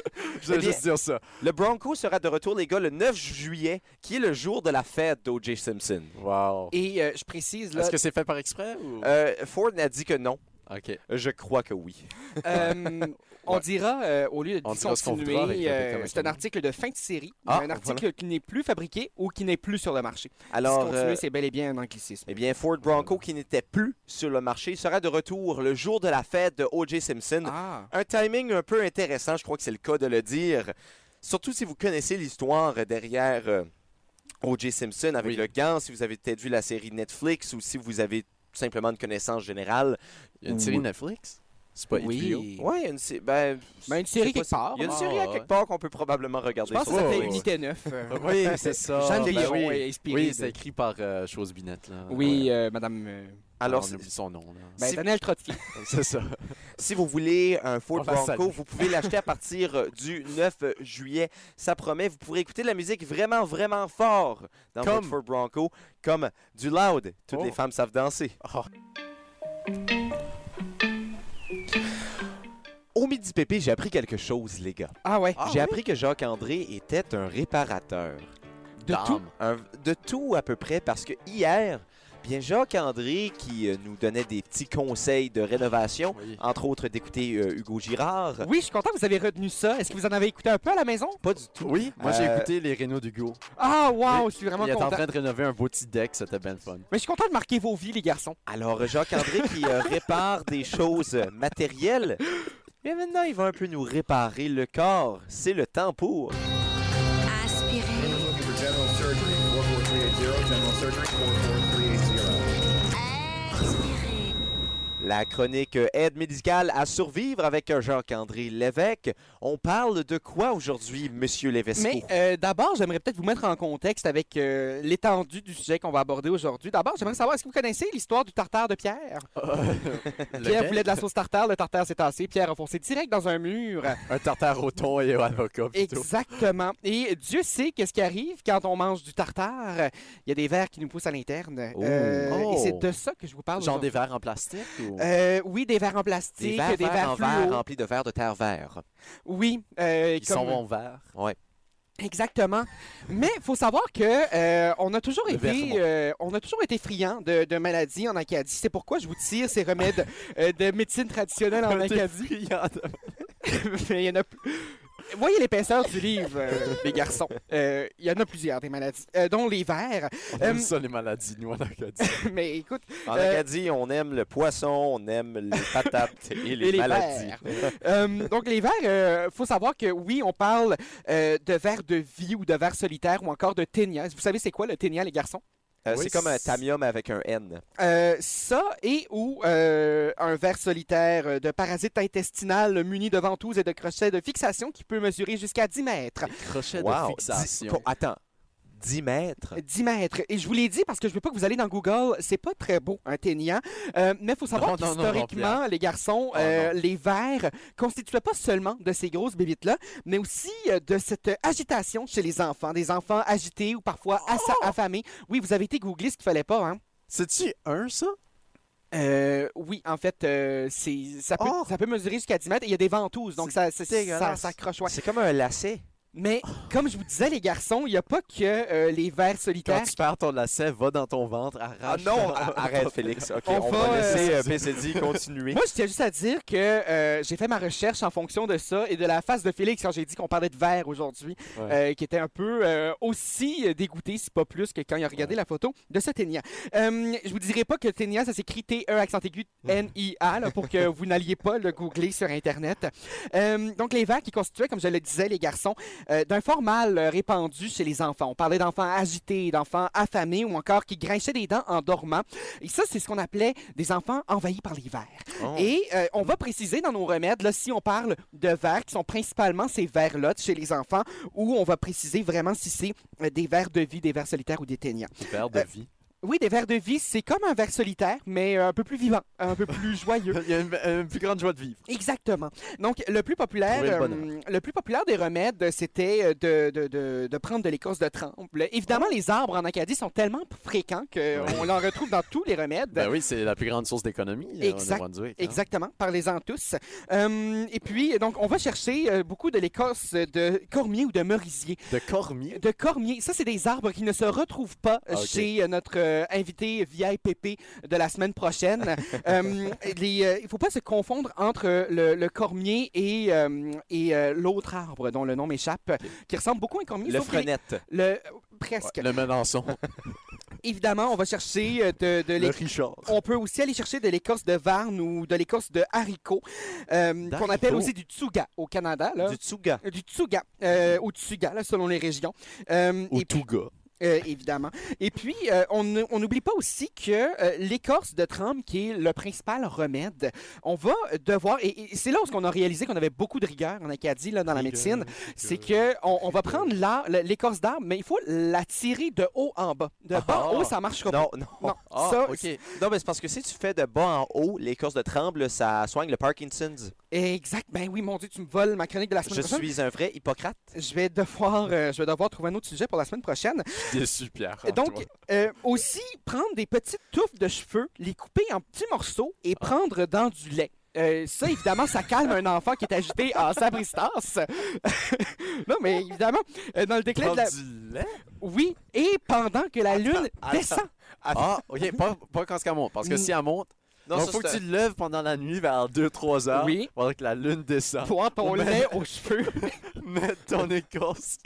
Speaker 1: Eh
Speaker 4: vais
Speaker 1: bien-
Speaker 4: juste dire ça.
Speaker 1: Le Bronco sera de retour, les gars, le 9 juillet, qui est le jour de la fête d'O.J. Simpson.
Speaker 4: Wow.
Speaker 3: Et euh, je précise, là,
Speaker 4: Est-ce que c'est fait par exprès ou...
Speaker 1: Euh, Ford n'a dit que non.
Speaker 4: OK.
Speaker 1: Je crois que oui.
Speaker 3: euh, on dira, euh, au lieu de
Speaker 4: On dira ce qu'on
Speaker 3: discontinuer,
Speaker 4: voudra avec le
Speaker 3: euh,
Speaker 4: Beckham
Speaker 3: c'est un
Speaker 4: Academy.
Speaker 3: article de fin de série,
Speaker 1: Ah,
Speaker 3: un article qui n'est plus fabriqué ou qui n'est plus sur le marché.
Speaker 1: Alors,
Speaker 3: discontinué,
Speaker 1: euh,
Speaker 3: c'est bel et bien un anglicisme.
Speaker 1: Eh bien, Ford Bronco, qui n'était plus sur le marché, sera de retour le jour de la fête de O.J. Simpson.
Speaker 3: Ah,
Speaker 1: Un timing un peu intéressant, je crois que c'est le cas de le dire. Surtout si vous connaissez l'histoire derrière euh, O.J. Simpson avec
Speaker 4: Oui.
Speaker 1: le gant, si vous avez peut-être vu la série Netflix ou si vous avez tout simplement une connaissance générale.
Speaker 4: Il y a une série
Speaker 1: Oui.
Speaker 4: Netflix? C'est pas HBO?
Speaker 3: oui.
Speaker 1: Ouais, une, sé- ben,
Speaker 3: Mais une
Speaker 1: je sais
Speaker 3: série
Speaker 1: pas
Speaker 3: quelque
Speaker 1: si-
Speaker 3: part.
Speaker 1: Il y a une
Speaker 4: Ah,
Speaker 1: série à
Speaker 4: ouais.
Speaker 1: quelque part qu'on peut probablement
Speaker 3: Je
Speaker 1: regarder.
Speaker 3: pense que
Speaker 1: sur
Speaker 3: ça
Speaker 4: Ouais,
Speaker 3: s'appelait
Speaker 4: ouais, ouais.
Speaker 3: Unité 9. euh,
Speaker 4: Oui, c'est ça.
Speaker 3: Jean
Speaker 4: Ben
Speaker 3: Guillon
Speaker 4: oui.
Speaker 3: est inspiré.
Speaker 4: Oui,
Speaker 3: de-
Speaker 4: c'est écrit par euh, Chose Binette. Là.
Speaker 3: Oui,
Speaker 4: Ouais.
Speaker 3: euh, madame. euh,
Speaker 1: Alors,
Speaker 4: on oublie son nom. là.
Speaker 3: ben,
Speaker 1: Si-
Speaker 3: Daniel Trotsky.
Speaker 4: [laughs] C'est ça.
Speaker 1: Si vous voulez un Ford
Speaker 4: On va
Speaker 1: Bronco,
Speaker 4: saluer.
Speaker 1: vous pouvez l'acheter
Speaker 4: [laughs]
Speaker 1: à partir euh, du 9 juillet. Ça promet, vous pourrez écouter de la musique vraiment, vraiment fort dans
Speaker 4: Comme-
Speaker 1: votre Ford Bronco, comme du loud. Toutes
Speaker 4: Oh.
Speaker 1: les femmes savent danser.
Speaker 4: Oh.
Speaker 1: Au midi pépé, j'ai appris quelque chose, les gars.
Speaker 3: Ah ouais.
Speaker 1: j'ai
Speaker 3: J'ai
Speaker 1: appris que Jacques-André était un réparateur.
Speaker 3: de tout.
Speaker 1: Un- de tout à peu près, parce que hier, bien Jacques-André, qui euh, nous donnait des petits conseils de rénovation,
Speaker 4: Oui.
Speaker 1: entre autres d'écouter euh, Hugo Girard,
Speaker 3: Oui, je suis content que vous avez retenu ça. Est-ce que vous en avez écouté un peu à la maison?
Speaker 1: pas du tout.
Speaker 4: Oui, moi j'ai
Speaker 1: Euh,
Speaker 4: écouté les Renault d'Hugo.
Speaker 3: Ah, wow, je suis vraiment
Speaker 4: Il est en
Speaker 3: content.
Speaker 4: train de rénover un beau petit deck, c'était bien le fun.
Speaker 3: Mais je suis content de marquer vos vies, les garçons.
Speaker 1: Alors, Jacques-André qui
Speaker 3: [laughs]
Speaker 1: euh, répare des choses euh, matérielles, mais maintenant, il va un peu nous réparer le corps. C'est le temps pour.
Speaker 5: Aspirer.
Speaker 6: Looking for general surgery, 44380, general surgery, 44380.
Speaker 5: Expirer.
Speaker 1: La chronique euh, Aide médicale à survivre avec euh, Jacques-André Lévesque. On parle de quoi aujourd'hui, Monsieur Lévesque?
Speaker 3: Mais euh, d'abord, j'aimerais peut-être vous mettre en contexte avec euh, l'étendue du sujet qu'on va aborder aujourd'hui. D'abord, j'aimerais savoir, est-ce que vous connaissez l'histoire du tartare de Pierre? Pierre voulait de la sauce tartare, le tartare s'est tassé, Pierre a foncé direct dans un mur.
Speaker 4: Un tartare au thon et au avocat plutôt.
Speaker 3: Exactement. Et Dieu sait qu'est-ce qui arrive quand on mange du tartare. Il y a des vers qui nous poussent à l'interne. Euh,
Speaker 1: Oh.
Speaker 3: Et
Speaker 4: Oh.
Speaker 3: c'est de ça que je vous parle
Speaker 4: Genre
Speaker 3: aujourd'hui.
Speaker 4: des verres en plastique ou...
Speaker 3: Euh, oui, des verres en
Speaker 1: des
Speaker 3: plastique, des
Speaker 1: verres,
Speaker 3: verres,
Speaker 1: verts en verre
Speaker 3: fluo.
Speaker 1: remplis de verre de terre vert.
Speaker 3: Oui, euh,
Speaker 4: Ils
Speaker 3: comme-
Speaker 4: sont en [laughs] verre.
Speaker 3: Exactement. Mais faut savoir que euh, on a toujours
Speaker 4: Le
Speaker 3: été,
Speaker 4: versement.
Speaker 3: euh, on a toujours été friand de, de maladies en Acadie. C'est pourquoi je vous tire ces remèdes euh, de médecine traditionnelle en Acadie. Mais il y en a. plus. Voyez l'épaisseur du livre, euh, les garçons. Euh, Il y en a plusieurs des maladies, euh, dont les vers.
Speaker 4: On
Speaker 3: Euh,
Speaker 4: aime ça les maladies, nous, en Acadie.
Speaker 3: [laughs] Mais écoute,
Speaker 1: En
Speaker 3: Euh,
Speaker 1: Acadie, on aime le poisson, on aime
Speaker 3: [laughs]
Speaker 1: les patates et les,
Speaker 3: et les
Speaker 1: maladies.
Speaker 3: vers. Euh, donc les vers, euh, faut savoir que oui, on parle euh, de vers de vie ou de vers solitaire ou encore de ténia. Vous savez c'est quoi le ténia, les garçons?
Speaker 1: Euh,
Speaker 4: Oui,
Speaker 1: c'est comme un
Speaker 4: c'est-
Speaker 1: tamium avec un N.
Speaker 3: Euh, ça et ou euh, un ver solitaire euh, de parasite intestinal muni de ventouses et de crochets de fixation qui peut mesurer jusqu'à 10 mètres.
Speaker 4: [laughs] Crochet
Speaker 1: Wow,
Speaker 4: de
Speaker 1: dix-
Speaker 4: fixation.
Speaker 1: pour- attends, 10 mètres?
Speaker 3: 10 mètres. Et je vous l'ai dit parce que je veux pas que vous allez dans Google, c'est pas très beau, un ténia. Euh, mais il faut savoir
Speaker 4: Non, non, non, non,
Speaker 3: qu'historiquement, les garçons,
Speaker 4: Oh,
Speaker 3: euh, les vers constituaient pas seulement de ces grosses bébites-là, mais aussi euh, de cette euh, agitation chez les enfants, des enfants agités ou parfois
Speaker 4: Oh!
Speaker 3: assa- affamés. Oui, vous avez été googler ce qu'il fallait pas, hein?
Speaker 4: C'est-tu un, ça?
Speaker 3: Euh, oui, en fait, euh, c'est, ça, peut,
Speaker 1: Oh!
Speaker 3: ça peut mesurer jusqu'à 10 mètres. et Il y a des ventouses, donc ça, ça,
Speaker 1: dégueulasse.
Speaker 3: ça, ça accroche. ouais.
Speaker 1: C'est comme un lacet.
Speaker 3: Mais comme je vous disais, les garçons, il n'y a pas que euh, les vers
Speaker 4: Quand
Speaker 3: solitaires.
Speaker 4: tu perds ton lacet, va dans ton ventre, arrache.
Speaker 1: a- [laughs] arrête Ah, Félix. Ok,
Speaker 3: On
Speaker 1: on, va,
Speaker 3: va,
Speaker 1: laisser
Speaker 4: euh,
Speaker 1: euh, PCD continuer.
Speaker 3: Moi, je tiens juste à dire que euh, j'ai fait ma recherche en fonction de ça et de la face de Félix quand j'ai dit qu'on parlait de vers aujourd'hui,
Speaker 4: Ouais.
Speaker 3: euh, qui était un peu euh, aussi dégoûté, si pas plus, que quand il a regardé la photo de ce Ténia. Euh, je vous dirai pas que Ténia, ça s'écrit T-E accent aigu N-I-A, là, pour que vous n'alliez pas le googler sur Internet. Euh, donc, les vers qui constituaient, comme je le disais, les garçons, euh, d'un fort mal euh, répandu chez les enfants. On parlait d'enfants agités, d'enfants affamés ou encore qui grinchaient des dents en dormant. Et ça, c'est ce qu'on appelait des enfants envahis par les vers.
Speaker 4: Ah,
Speaker 1: Oh.
Speaker 3: Et euh, on va préciser dans nos remèdes, là, si on parle de vers, qui sont principalement ces vers-là de chez les enfants, où on va préciser vraiment si c'est euh, des vers de vie, des vers solitaires ou des ténians.
Speaker 4: Vers de
Speaker 3: Euh,
Speaker 4: vie.
Speaker 3: Oui, des vers de vie, c'est comme un vers solitaire, mais euh, un peu plus vivant, un peu
Speaker 4: [laughs]
Speaker 3: plus joyeux.
Speaker 4: Il y a une, une plus grande joie de vivre.
Speaker 3: Exactement. Donc, le plus populaire,
Speaker 4: Trouver le
Speaker 3: euh,
Speaker 4: bonheur.
Speaker 3: le plus populaire des remèdes, euh, c'était euh, de, de- de- de prendre de l'écorce de tremble. Évidemment, les arbres en Acadie sont tellement fréquents qu'on
Speaker 4: Oh. Oui.
Speaker 3: en retrouve dans tous les remèdes.
Speaker 4: Ben oui, c'est la plus grande source d'économie euh, au
Speaker 3: Exact-
Speaker 4: Nouveau-Brunswick. hein.
Speaker 3: Exactement, parlez-en tous. Euh, et puis, donc, on va chercher euh, beaucoup de l'écorce de cormier ou de merisier.
Speaker 4: De cormier.
Speaker 3: De cormier, ça, c'est des arbres qui ne se retrouvent pas euh,
Speaker 4: Ah, ok.
Speaker 3: chez euh, notre euh, invité vieille pépé de la semaine
Speaker 4: [laughs]
Speaker 3: prochaine. Euh, les, euh, il ne faut pas se confondre entre euh, le, le cormier et, euh, et euh, l'autre arbre dont le nom m'échappe, qui ressemble beaucoup à un cormier.
Speaker 1: Le
Speaker 3: sauf qu'il est-
Speaker 1: frenette.
Speaker 3: le- Presque.
Speaker 4: Le [laughs] Melançon.
Speaker 3: Évidemment, on va chercher euh, de, de
Speaker 4: le
Speaker 3: l'écorce.
Speaker 4: Richard.
Speaker 3: On peut aussi aller chercher de l'écorce de varne ou de l'écorce de haricot, euh, qu'on
Speaker 4: D'haricot.
Speaker 3: appelle aussi du tsuga au Canada. Là.
Speaker 1: Du tsuga.
Speaker 3: Du... tsuga, euh, ou tsuga, là, selon les régions. Euh,
Speaker 4: Ou
Speaker 3: et
Speaker 4: tout gars.
Speaker 3: euh, évidemment. Et puis, euh, on ne- on n'oublie pas aussi que euh, l'écorce de trempe, qui est le principal remède, on va devoir, et, et c'est là où on a réalisé qu'on avait beaucoup de rigueur en Acadie, là, dans la médecine, c'est que on, on va prendre la- la- l'écorce d'arbre, mais il faut la tirer de haut en bas. De bas
Speaker 1: Ah.
Speaker 3: en haut, ça marchera pas.
Speaker 1: Non, non.
Speaker 3: Non,
Speaker 1: Ah,
Speaker 3: ça,
Speaker 1: ok. Non, mais c'est parce que si tu fais de bas en haut l'écorce de tremble, ça soigne le Parkinson's.
Speaker 3: Exact. Ben oui, mon Dieu, tu me voles ma chronique de la semaine
Speaker 1: Je
Speaker 3: prochaine.
Speaker 1: suis un vrai Hippocrate.
Speaker 3: Je vais devoir, euh, je vais devoir trouver un autre sujet pour la semaine prochaine.
Speaker 4: [laughs] Déçu, Pierre. en
Speaker 3: Donc,
Speaker 4: toi.
Speaker 3: euh, aussi prendre des petites touffes de cheveux, les couper en petits morceaux et prendre dans du lait. Euh, ça, évidemment, ça calme un enfant qui est agité en sabristance. [laughs] non, mais évidemment, euh, dans le déclin de la...
Speaker 4: Prendre du lait?
Speaker 3: Oui, et pendant que la lune
Speaker 1: attends.
Speaker 3: descend.
Speaker 4: Ah, ok, pas, pas quand ça monte. Parce que
Speaker 3: Mm.
Speaker 4: si elle monte,
Speaker 1: Non,
Speaker 4: il
Speaker 1: ça,
Speaker 4: faut que
Speaker 1: c'est
Speaker 4: tu le lèves pendant la nuit vers 2-3 heures.
Speaker 3: Oui.
Speaker 4: Pendant que la lune descend.
Speaker 3: Bois ton
Speaker 4: Mais-
Speaker 3: lait aux cheveux.
Speaker 4: Mettre [laughs] ton écorce.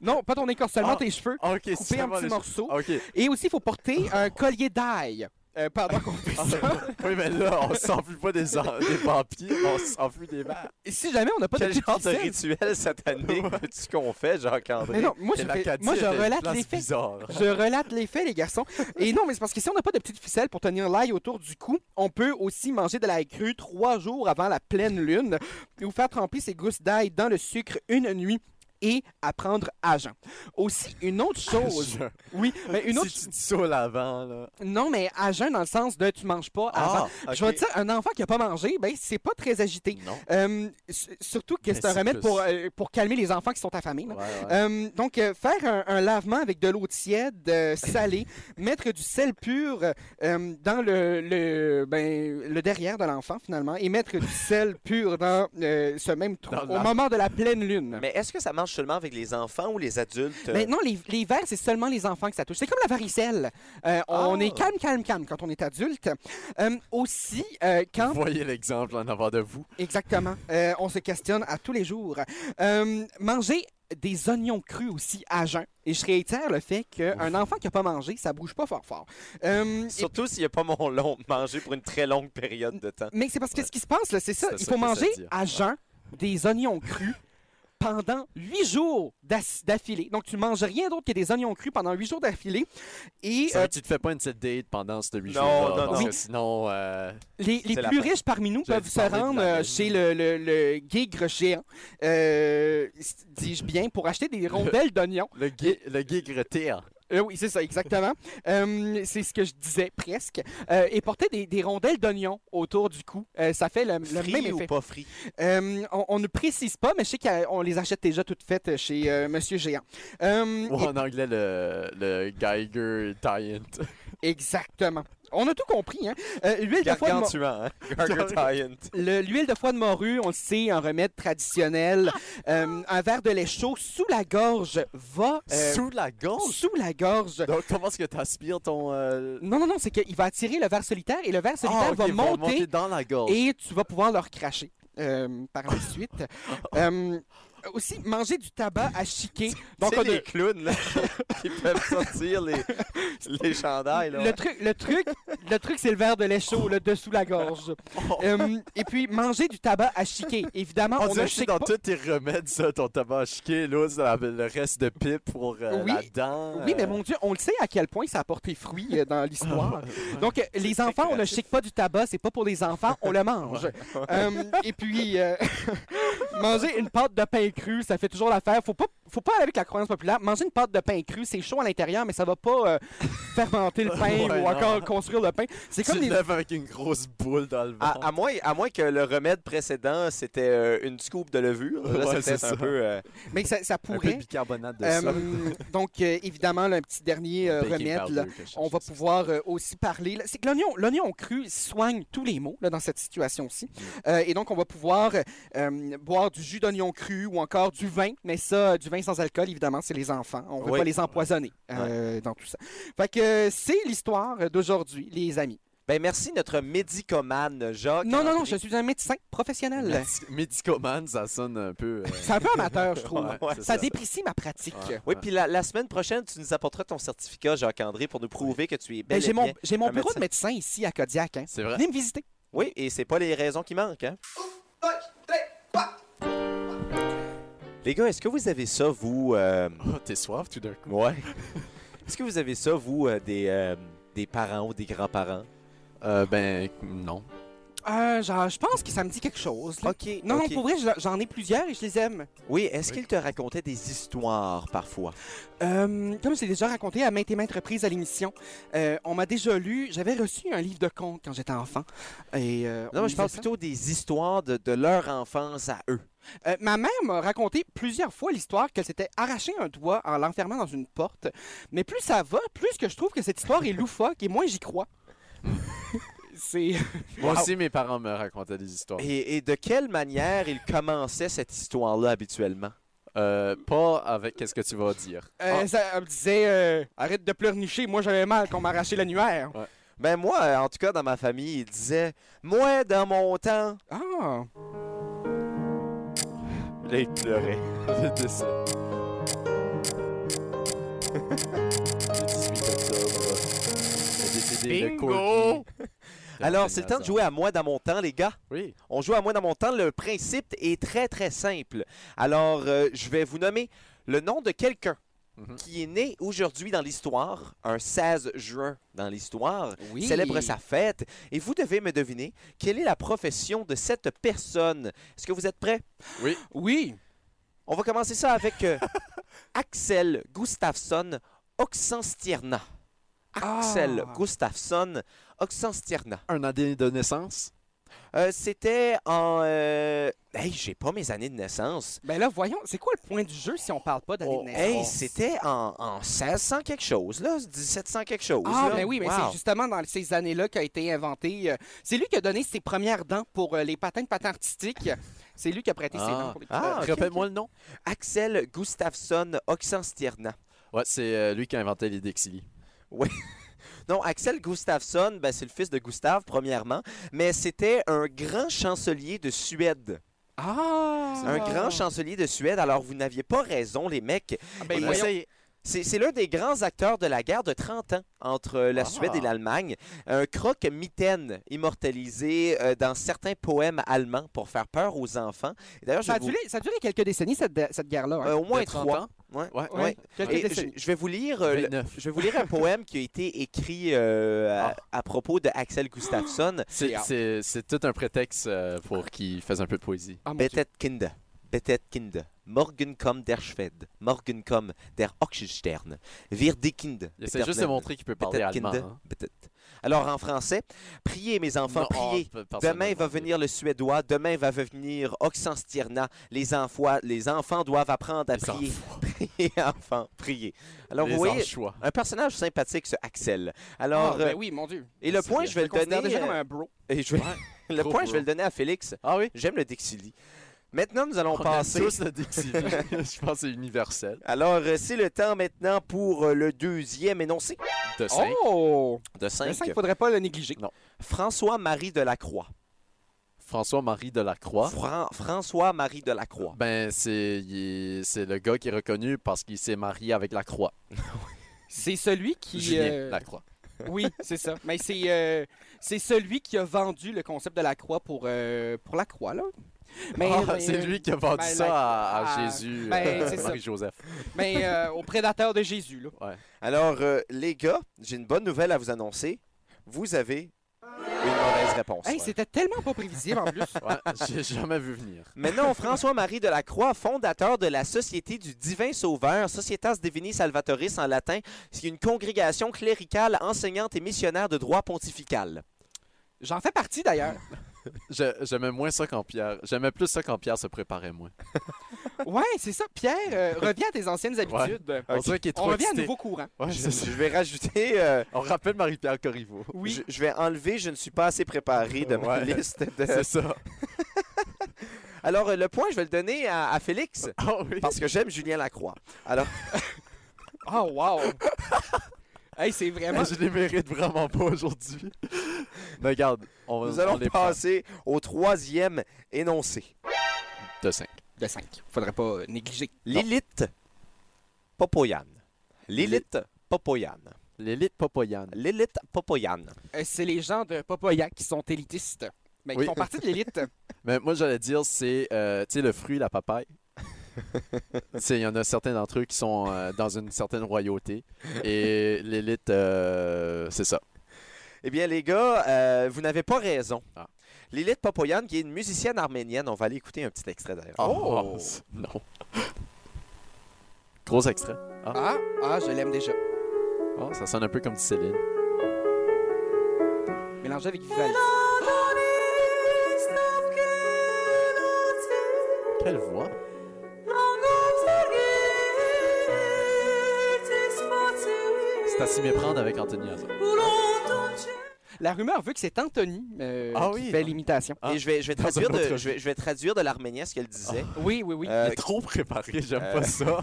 Speaker 3: Non, pas ton écorce, seulement
Speaker 4: Ah.
Speaker 3: tes cheveux.
Speaker 4: Ok, c'est
Speaker 3: Couper en
Speaker 4: vraiment Ah.
Speaker 3: petits
Speaker 4: les-
Speaker 3: morceaux.
Speaker 4: Ok.
Speaker 3: Et aussi, il faut porter un collier d'ail euh, pendant qu'on fait ça.
Speaker 4: Oui, mais là, on s'enfuit pas des, en- des vampires, on s'enfuit
Speaker 3: [laughs]
Speaker 4: des vers.
Speaker 3: Et si jamais on n'a pas
Speaker 1: Quel
Speaker 3: de petite
Speaker 1: genre de
Speaker 3: ficelle-
Speaker 1: rituel satanique veux-tu qu'on fait, Jacques-André?
Speaker 3: Mais non, moi,
Speaker 4: Et
Speaker 3: je, fais-
Speaker 4: l'Acadie
Speaker 3: moi, je
Speaker 4: était une
Speaker 3: relate
Speaker 4: place
Speaker 3: les faits.
Speaker 4: bizarre.
Speaker 3: Je relate les faits, les garçons. Et non, mais c'est parce que si on n'a pas de petite ficelle pour tenir l'ail autour du cou, on peut aussi manger de l'ail cru trois jours avant la pleine lune ou faire tremper ses gousses d'ail dans le sucre une nuit et apprendre à jeun. Aussi, une autre chose.
Speaker 4: [laughs] Je-
Speaker 3: oui, mais une autre. Euh,
Speaker 4: Si tu dis ça au l'avant, là.
Speaker 3: Non, mais à jeun dans le sens de tu manges pas
Speaker 1: Ah,
Speaker 3: avant. Je vais te dire, un enfant qui a pas mangé, ben c'est pas très agité.
Speaker 4: Ah, Non.
Speaker 3: Euh, s- surtout que
Speaker 4: Mais
Speaker 3: c'est un
Speaker 4: c'est
Speaker 3: remède
Speaker 4: que
Speaker 3: pour,
Speaker 4: c'est-
Speaker 3: euh, pour calmer les enfants qui sont affamés. là.
Speaker 4: Ouais, ouais.
Speaker 3: Euh, donc, euh, faire un, un lavement avec de l'eau tiède, euh, salée,
Speaker 4: [laughs]
Speaker 3: mettre du sel pur euh, dans le, le, ben, le derrière de l'enfant, finalement, et mettre du sel
Speaker 4: [laughs]
Speaker 3: pur dans euh, ce même trou
Speaker 4: Dans
Speaker 3: au
Speaker 4: la-
Speaker 3: moment de la pleine lune.
Speaker 1: Mais est-ce que ça marche seulement avec les enfants ou les
Speaker 4: euh,
Speaker 1: adultes?
Speaker 3: Mais non, les, les vers, c'est seulement les enfants que ça touche. C'est comme la varicelle. Euh, on
Speaker 4: Ah.
Speaker 3: est calme, calme, calme quand on est adulte. Euh, aussi, euh, quand
Speaker 4: Vous voyez l'exemple en avant de vous.
Speaker 3: Exactement. Euh, on se questionne à tous les jours. Euh, manger des oignons crus aussi à jeun. Et je réitère le fait qu'un enfant qui n'a pas mangé, ça bouge pas fort fort. Euh, et-
Speaker 1: Surtout s'il n'y a pas mon long [laughs] manger pour une très longue période de temps.
Speaker 3: mais c'est parce que ce qui se passe, là, c'est ça.
Speaker 4: C'est
Speaker 3: Il
Speaker 4: ça
Speaker 3: faut
Speaker 4: que ça
Speaker 3: manger
Speaker 4: dit.
Speaker 3: à jeun des oignons crus pendant huit jours d'ass- d'affilée. Donc, tu manges rien d'autre que des oignons crus pendant huit jours d'affilée. Et
Speaker 4: Ça veut
Speaker 3: euh,
Speaker 4: dire que tu te fais pas une petite date pendant ces 8
Speaker 1: Non,
Speaker 4: jours.
Speaker 1: non, non.
Speaker 4: Sinon, euh,
Speaker 3: les, les
Speaker 1: c'est la
Speaker 3: plus
Speaker 1: fin.
Speaker 3: riches parmi nous
Speaker 4: J'allais
Speaker 3: peuvent
Speaker 4: te
Speaker 3: se
Speaker 4: parler de la
Speaker 3: rendre euh,
Speaker 4: reine.
Speaker 3: chez le, le, le guigre géant, euh, dis-je bien, pour acheter des rondelles d'oignons.
Speaker 4: le, gui- le hein. geek retire.
Speaker 3: Euh, oui, c'est ça, exactement. [laughs] Euh, c'est ce que je disais presque. Euh, et porter des, des rondelles d'oignon autour du cou, Euh, ça fait le, le
Speaker 1: Frit
Speaker 3: même
Speaker 1: ou
Speaker 3: effet.
Speaker 1: pas frit?
Speaker 3: Euh, on, on ne précise pas, mais je sais qu'on les achète déjà toutes faites chez euh, Monsieur Géant. Euh,
Speaker 4: Ou en anglais, le, le Geiger Giant.
Speaker 3: et- Exactement. On a tout compris. Hein? Euh, l'huile de foie de mo-
Speaker 1: Gargantuan, hein? Gargantuan.
Speaker 3: le- l'huile de foie de morue, on le sait, un remède traditionnel. Euh, un verre de lait chaud sous la gorge va euh,
Speaker 4: Sous la gorge?
Speaker 3: sous la gorge
Speaker 4: Donc, comment est-ce que tu aspires ton. euh,
Speaker 3: Non, non, non, c'est qu'il va attirer le ver solitaire et le ver solitaire
Speaker 4: Ah, ok,
Speaker 3: va monter
Speaker 4: dans la gorge. [laughs]
Speaker 3: et tu vas pouvoir leur cracher euh, par la suite. Euh, aussi manger du tabac à chiquer. Donc,
Speaker 1: c'est
Speaker 3: on a-
Speaker 1: les clowns
Speaker 3: [laughs]
Speaker 1: là, qui peuvent sortir les, les chandails. Là,
Speaker 3: le truc, le truc, le truc, c'est le verre de lait chaud, le dessous la
Speaker 4: [laughs]
Speaker 3: gorge. Euh, et puis manger du tabac à chiquer. Évidemment,
Speaker 4: Oh. On
Speaker 3: on, ne
Speaker 4: dirait que c'est
Speaker 3: chique
Speaker 4: dans
Speaker 3: pas.
Speaker 4: tous tes remèdes, ça, ton tabac à chiquer, là, c'est la- le reste de pipe pour euh,
Speaker 3: Oui.
Speaker 4: la dent.
Speaker 3: Oui, mais
Speaker 4: euh,
Speaker 3: mon Dieu, on le sait à quel point ça a porté fruit euh, dans
Speaker 4: [laughs]
Speaker 3: l'histoire. Donc, euh, les enfants, on ne chique pas du tabac, c'est pas pour les enfants,
Speaker 4: [laughs]
Speaker 3: on le mange. Euh, et puis, euh, [laughs] manger une pâte de pain cru, ça fait toujours l'affaire. Faut pas, faut pas aller avec la croyance populaire. Manger une pâte de pain cru, c'est chaud à l'intérieur, mais ça va pas euh, [laughs] fermenter le pain
Speaker 4: [laughs] Ouais,
Speaker 3: ou
Speaker 4: non.
Speaker 3: encore construire le pain. C'est
Speaker 4: Tu
Speaker 3: comme
Speaker 4: te
Speaker 3: les... Ah,
Speaker 4: lèves avec une grosse boule dans le ventre.
Speaker 1: À, à moins, à moins que le remède précédent, c'était euh, une scoop de levure. Là,
Speaker 4: Ouais,
Speaker 1: c'est
Speaker 4: c'est
Speaker 1: peut-être un
Speaker 4: ça.
Speaker 1: peu. euh,
Speaker 3: Mais ça, ça
Speaker 4: un peu de
Speaker 3: pourrait.
Speaker 4: bicarbonate de
Speaker 3: Euh,
Speaker 4: soda.
Speaker 3: donc, euh, évidemment, là, un petit dernier euh,
Speaker 4: Baking
Speaker 3: remède.
Speaker 4: powder
Speaker 3: là.
Speaker 4: que je
Speaker 3: on va
Speaker 4: cherchais.
Speaker 3: pouvoir euh, aussi parler. là, C'est que l'oignon, l'oignon cru soigne tous les maux là, dans cette situation-ci. Euh, et donc, on va pouvoir euh, euh, boire du jus d'oignon cru ou encore du vin. Mais ça, euh, du vin sans alcool, évidemment, c'est les enfants. On ne veut
Speaker 1: Oui.
Speaker 3: pas les empoisonner euh, dans tout ça. Fait que euh, c'est l'histoire d'aujourd'hui, les amis.
Speaker 1: Ben merci notre médicomane Jacques.
Speaker 3: Non, non, non,
Speaker 1: André.
Speaker 3: je suis un médecin professionnel.
Speaker 4: Médic- Médicoman, ça sonne un peu. euh,
Speaker 3: C'est un peu amateur, je trouve.
Speaker 4: [laughs] Ouais, c'est
Speaker 3: ça,
Speaker 4: ça.
Speaker 3: déprécie ma pratique. Euh,
Speaker 4: ouais,
Speaker 1: Oui,
Speaker 4: ouais.
Speaker 1: puis la, la semaine prochaine, tu nous apporteras ton certificat, Jacques-André, pour nous prouver que tu es
Speaker 3: Ben,
Speaker 1: bel et
Speaker 3: j'ai mon,
Speaker 1: bien.
Speaker 3: j'ai mon
Speaker 1: un
Speaker 3: bureau de médecin ici à Kodiak. Hein.
Speaker 4: C'est vrai.
Speaker 3: Venez me visiter.
Speaker 1: Oui, et c'est pas les raisons qui manquent. Hein? Les gars, est-ce que vous avez ça, vous... euh,
Speaker 4: Oh, t'es soif tout d'un coup.
Speaker 1: Ouais. [laughs] est-ce que vous avez ça, vous, euh, des, euh, des parents ou des grands-parents?
Speaker 4: Euh, ben, non.
Speaker 3: Euh, genre, je pense que ça me dit quelque chose. là.
Speaker 1: OK.
Speaker 3: Non,
Speaker 1: ok.
Speaker 3: non, pour vrai, je- j'en ai plusieurs et je les aime.
Speaker 1: Oui, est-ce
Speaker 4: Oui.
Speaker 1: qu'ils te racontaient des histoires, parfois?
Speaker 3: Euh, comme je l'ai déjà raconté à maintes et maintes reprises à l'émission, euh, on m'a déjà lu, j'avais reçu un livre de contes quand j'étais enfant. Et, euh, on
Speaker 1: Non, mais je
Speaker 3: lisait
Speaker 1: parle
Speaker 3: ça.
Speaker 1: plutôt des histoires de, de leur enfance à eux.
Speaker 3: Euh, ma mère m'a raconté plusieurs fois l'histoire qu'elle s'était arraché un doigt en l'enfermant dans une porte. Mais plus ça va, plus que je trouve que cette histoire est loufoque et moins j'y crois. [laughs] C'est.
Speaker 4: Moi aussi, mes parents me racontaient des histoires.
Speaker 1: Et, et de quelle manière ils commençaient cette histoire-là habituellement?
Speaker 4: Euh, pas avec qu'est-ce que tu vas dire. [laughs]
Speaker 3: euh,
Speaker 1: Ah.
Speaker 3: ça, elle me disait euh, arrête de pleurnicher, moi j'avais mal qu'on m'arrachait l'annuaire.
Speaker 1: Ben moi, euh, en tout cas, dans ma famille, ils disaient « Moi, dans mon temps...
Speaker 3: Ah! »
Speaker 1: Là, ils pleuraient.
Speaker 4: C'était ça. Le 18 octobre. est décédé le Courtney.
Speaker 1: [laughs] Alors, c'est le temps de jouer à « Moi, dans mon temps », les gars.
Speaker 4: Oui.
Speaker 1: On joue à moi dans mon temps. Le principe est très très simple. Alors, euh, je vais vous nommer le nom de quelqu'un
Speaker 4: Mhm.
Speaker 1: qui est né aujourd'hui dans l'histoire, un 16 juin dans l'histoire,
Speaker 3: Oui.
Speaker 1: célèbre sa fête, et vous devez me deviner quelle est la profession de cette personne. Est-ce que vous êtes prêts?
Speaker 3: Oui!
Speaker 1: On va commencer ça avec
Speaker 3: [laughs]
Speaker 1: euh, Axel Gustafsson Oxenstierna. Axel
Speaker 3: Ah.
Speaker 1: Gustafsson Oxenstierna.
Speaker 4: Un an de naissance.
Speaker 1: Euh, C'était en... euh, Hey, j'ai pas mes années de naissance.
Speaker 3: Ben là, voyons, c'est quoi le point du jeu si on parle pas d'année
Speaker 1: Oh,
Speaker 3: de
Speaker 1: hey,
Speaker 3: naissance?
Speaker 1: c'était en, en 1600 quelque chose, là, 1700 quelque chose.
Speaker 3: Ah,
Speaker 1: là.
Speaker 3: ben oui, mais
Speaker 1: Wow.
Speaker 3: c'est justement dans ces années-là qu'a été inventé. euh, c'est lui qui a donné ses premières dents pour euh, les patins de patins artistiques. C'est lui qui a prêté ses
Speaker 4: Ah.
Speaker 3: dents pour les
Speaker 1: Ah, ok,
Speaker 4: Répète-moi le nom.
Speaker 1: Axel Gustafsson Oxenstierna.
Speaker 4: Ouais, c'est euh, lui qui a inventé les Dixili.
Speaker 1: Non, Axel Gustafsson, ben, c'est le fils de Gustave, premièrement, mais c'était un grand chancelier de Suède.
Speaker 3: Ah!
Speaker 1: Un grand chancelier de Suède, alors vous n'aviez pas raison, les mecs.
Speaker 3: Ah, ben,
Speaker 1: On
Speaker 3: voyons.
Speaker 1: essaye- C'est c'est l'un des grands acteurs de la guerre de 30 ans entre la
Speaker 4: Ah.
Speaker 1: Suède et l'Allemagne. Un croque-mitaine immortalisé euh, dans certains poèmes allemands pour faire peur aux enfants. Et D'ailleurs, je
Speaker 4: Bah,
Speaker 3: Ça a,
Speaker 1: vais vous-
Speaker 3: duré, ça a duré quelques décennies, cette, cette guerre-là. hein.
Speaker 1: Euh, au moins
Speaker 4: De 30
Speaker 1: trois.
Speaker 4: ans?
Speaker 1: Ouais,
Speaker 4: Ouais.
Speaker 1: ouais.
Speaker 3: Quelques
Speaker 1: Et je,
Speaker 3: décennies.
Speaker 1: je vais vous lire, euh, le-
Speaker 4: 29.
Speaker 1: je vais vous lire un poème qui a été écrit euh, à,
Speaker 4: Ah.
Speaker 1: à propos de Axel
Speaker 4: [gasps]
Speaker 1: Gustafsson,
Speaker 4: [laughs] C'est-
Speaker 3: Ah.
Speaker 4: C'est c'est tout un prétexte euh, pour qu'il fasse un peu de poésie.
Speaker 3: Ah, mon Dieu.
Speaker 1: Bettet Kinder. Bettet Kinder. Morgen kommt der Schwed. Morgen kommt der Oxenstern. Wir die Kinder.
Speaker 4: Il essaie juste de montrer qu'il peut parler allemand. hein.
Speaker 1: Alors en français, priez mes enfants,
Speaker 4: Non, oh,
Speaker 1: priez.
Speaker 4: pe- personne
Speaker 1: Demain
Speaker 4: n'a
Speaker 1: va
Speaker 4: demandé.
Speaker 1: venir le Suédois, demain va venir Oxenstierna. Les, enfants, les enfants doivent apprendre à
Speaker 4: Les
Speaker 1: prier.
Speaker 4: enfants.
Speaker 1: [laughs] Priez, enfants, priez. Alors
Speaker 4: les
Speaker 1: vous voyez,
Speaker 4: anchois.
Speaker 1: un personnage sympathique, ce Axel.
Speaker 3: Ah,
Speaker 1: Alors, euh,
Speaker 3: ben oui, mon Dieu.
Speaker 1: et le
Speaker 4: c'est
Speaker 1: point,
Speaker 4: bien.
Speaker 1: je vais
Speaker 3: Je
Speaker 1: le
Speaker 3: le considère
Speaker 1: donner.
Speaker 3: déjà comme
Speaker 1: euh,
Speaker 3: un bro.
Speaker 1: et je vais- [laughs] le
Speaker 4: trop
Speaker 1: point,
Speaker 4: bro.
Speaker 1: je vais le donner à Félix.
Speaker 4: Ah oui?
Speaker 1: J'aime le Dixili. Maintenant, nous allons
Speaker 4: On a
Speaker 1: passer.
Speaker 4: tous le
Speaker 1: [laughs]
Speaker 4: Dixili. [laughs] Je pense que c'est universel.
Speaker 1: Alors, euh, c'est le temps maintenant pour euh, le deuxième énoncé
Speaker 4: De cinq.
Speaker 3: Oh!
Speaker 1: de
Speaker 3: Le
Speaker 1: 5.
Speaker 3: cinq, faudrait pas le négliger.
Speaker 1: François-Marie Delacroix.
Speaker 4: François-Marie Delacroix.
Speaker 1: Fran- François-Marie Delacroix.
Speaker 4: Ben, c'est il est- c'est le gars qui est reconnu parce qu'il s'est marié avec Lacroix.
Speaker 3: C'est celui qui.
Speaker 4: Julien
Speaker 3: euh,
Speaker 4: Lacroix.
Speaker 3: Oui, c'est ça. Mais c'est euh, c'est celui qui a vendu le concept de la croix pour, euh, pour la croix, là.
Speaker 1: ben,
Speaker 3: Mais,
Speaker 4: Ah,
Speaker 3: mais-
Speaker 4: c'est lui qui a vendu
Speaker 3: ben,
Speaker 4: ça à, à
Speaker 3: Lacroix,
Speaker 4: Jésus,
Speaker 3: ben,
Speaker 4: euh,
Speaker 3: c'est ça.
Speaker 4: Marie-Joseph.
Speaker 3: mais, euh, au prédateur de Jésus, là.
Speaker 1: Alors, euh, les gars, j'ai une bonne nouvelle à vous annoncer. Vous avez une mauvaise réponse.
Speaker 3: Hey, c'était tellement pas prévisible en plus.
Speaker 4: Ouais, j'ai jamais vu venir.
Speaker 1: Maintenant, François-Marie Delacroix, fondateur de la Société du Divin Sauveur, Societas Divini Salvatoris en latin, c'est une congrégation cléricale, enseignante et missionnaire de droit pontifical.
Speaker 3: J'en fais partie d'ailleurs.
Speaker 4: Je- J'aimais moins ça quand Pierre. J'aimais plus ça quand Pierre se préparait moins.
Speaker 3: Ouais, c'est ça. Pierre, euh, reviens à tes anciennes habitudes.
Speaker 4: On dirait qu'il est
Speaker 3: On
Speaker 4: trop
Speaker 3: revient à un
Speaker 4: excité.
Speaker 3: nouveau courant.
Speaker 4: Ouais,
Speaker 1: Je,
Speaker 4: c'est ça.
Speaker 1: je vais rajouter, euh,
Speaker 4: On rappelle Marie-Pierre Corriveau.
Speaker 1: je, je vais enlever, je ne suis pas assez préparé de ma
Speaker 4: Ouais.
Speaker 1: liste. [laughs] de-
Speaker 4: C'est ça.
Speaker 1: Alors, euh, le point, je vais le donner à, à [laughs] Félix,
Speaker 4: Ah oui.
Speaker 1: parce que j'aime Julien Lacroix. Alors,
Speaker 3: Oh,
Speaker 4: [laughs]
Speaker 3: wow. hey, c'est vraiment.
Speaker 4: Ah, Je les mérite vraiment pas aujourd'hui. Mais regarde, on,
Speaker 1: nous
Speaker 4: on
Speaker 1: allons
Speaker 4: les prend.
Speaker 1: passer au troisième énoncé.
Speaker 4: de 5.
Speaker 3: De 5. Faudrait pas euh, négliger.
Speaker 1: Lilith Popoyan. Lilith Popoyan.
Speaker 4: L'élite Popoyan.
Speaker 1: Lilith Popoyan.
Speaker 3: Euh, c'est les gens de Popoya qui sont élitistes. Mais
Speaker 4: Oui.
Speaker 3: qui font partie de
Speaker 4: [laughs]
Speaker 3: l'élite.
Speaker 4: Mais moi, j'allais dire, c'est euh, tu sais, le fruit, la papaye. Tu sais, Il y en a certains d'entre eux qui sont euh, dans une certaine royauté. Et l'élite, euh, c'est ça.
Speaker 1: Eh bien, les gars, euh, vous n'avez pas raison.
Speaker 4: Ah.
Speaker 1: Lilith Popoyan, qui est une musicienne arménienne, on va aller écouter un petit extrait d'ailleurs.
Speaker 4: Ah, c'est- [laughs] Non. Gros extrait.
Speaker 3: Ah, ah, je l'aime déjà.
Speaker 4: Ah, ça sonne un peu comme du Céline.
Speaker 3: Mélangé avec Vivaldi.
Speaker 4: Quelle voix! C'est à s'y méprendre avec Anthony Hazard.
Speaker 3: La rumeur veut que c'est Anthony euh,
Speaker 4: Ah
Speaker 3: qui
Speaker 4: oui.
Speaker 3: fait l'imitation.
Speaker 4: Ah.
Speaker 1: Et je vais, je vais
Speaker 4: Dans un
Speaker 1: traduire
Speaker 4: autre Ah.
Speaker 1: de,
Speaker 4: jeu.
Speaker 1: je vais, je vais traduire de l'arménien ce qu'elle disait.
Speaker 3: Oui, oui, oui.
Speaker 1: Euh,
Speaker 4: Il est trop préparé, [laughs] j'aime
Speaker 1: euh,
Speaker 4: pas ça.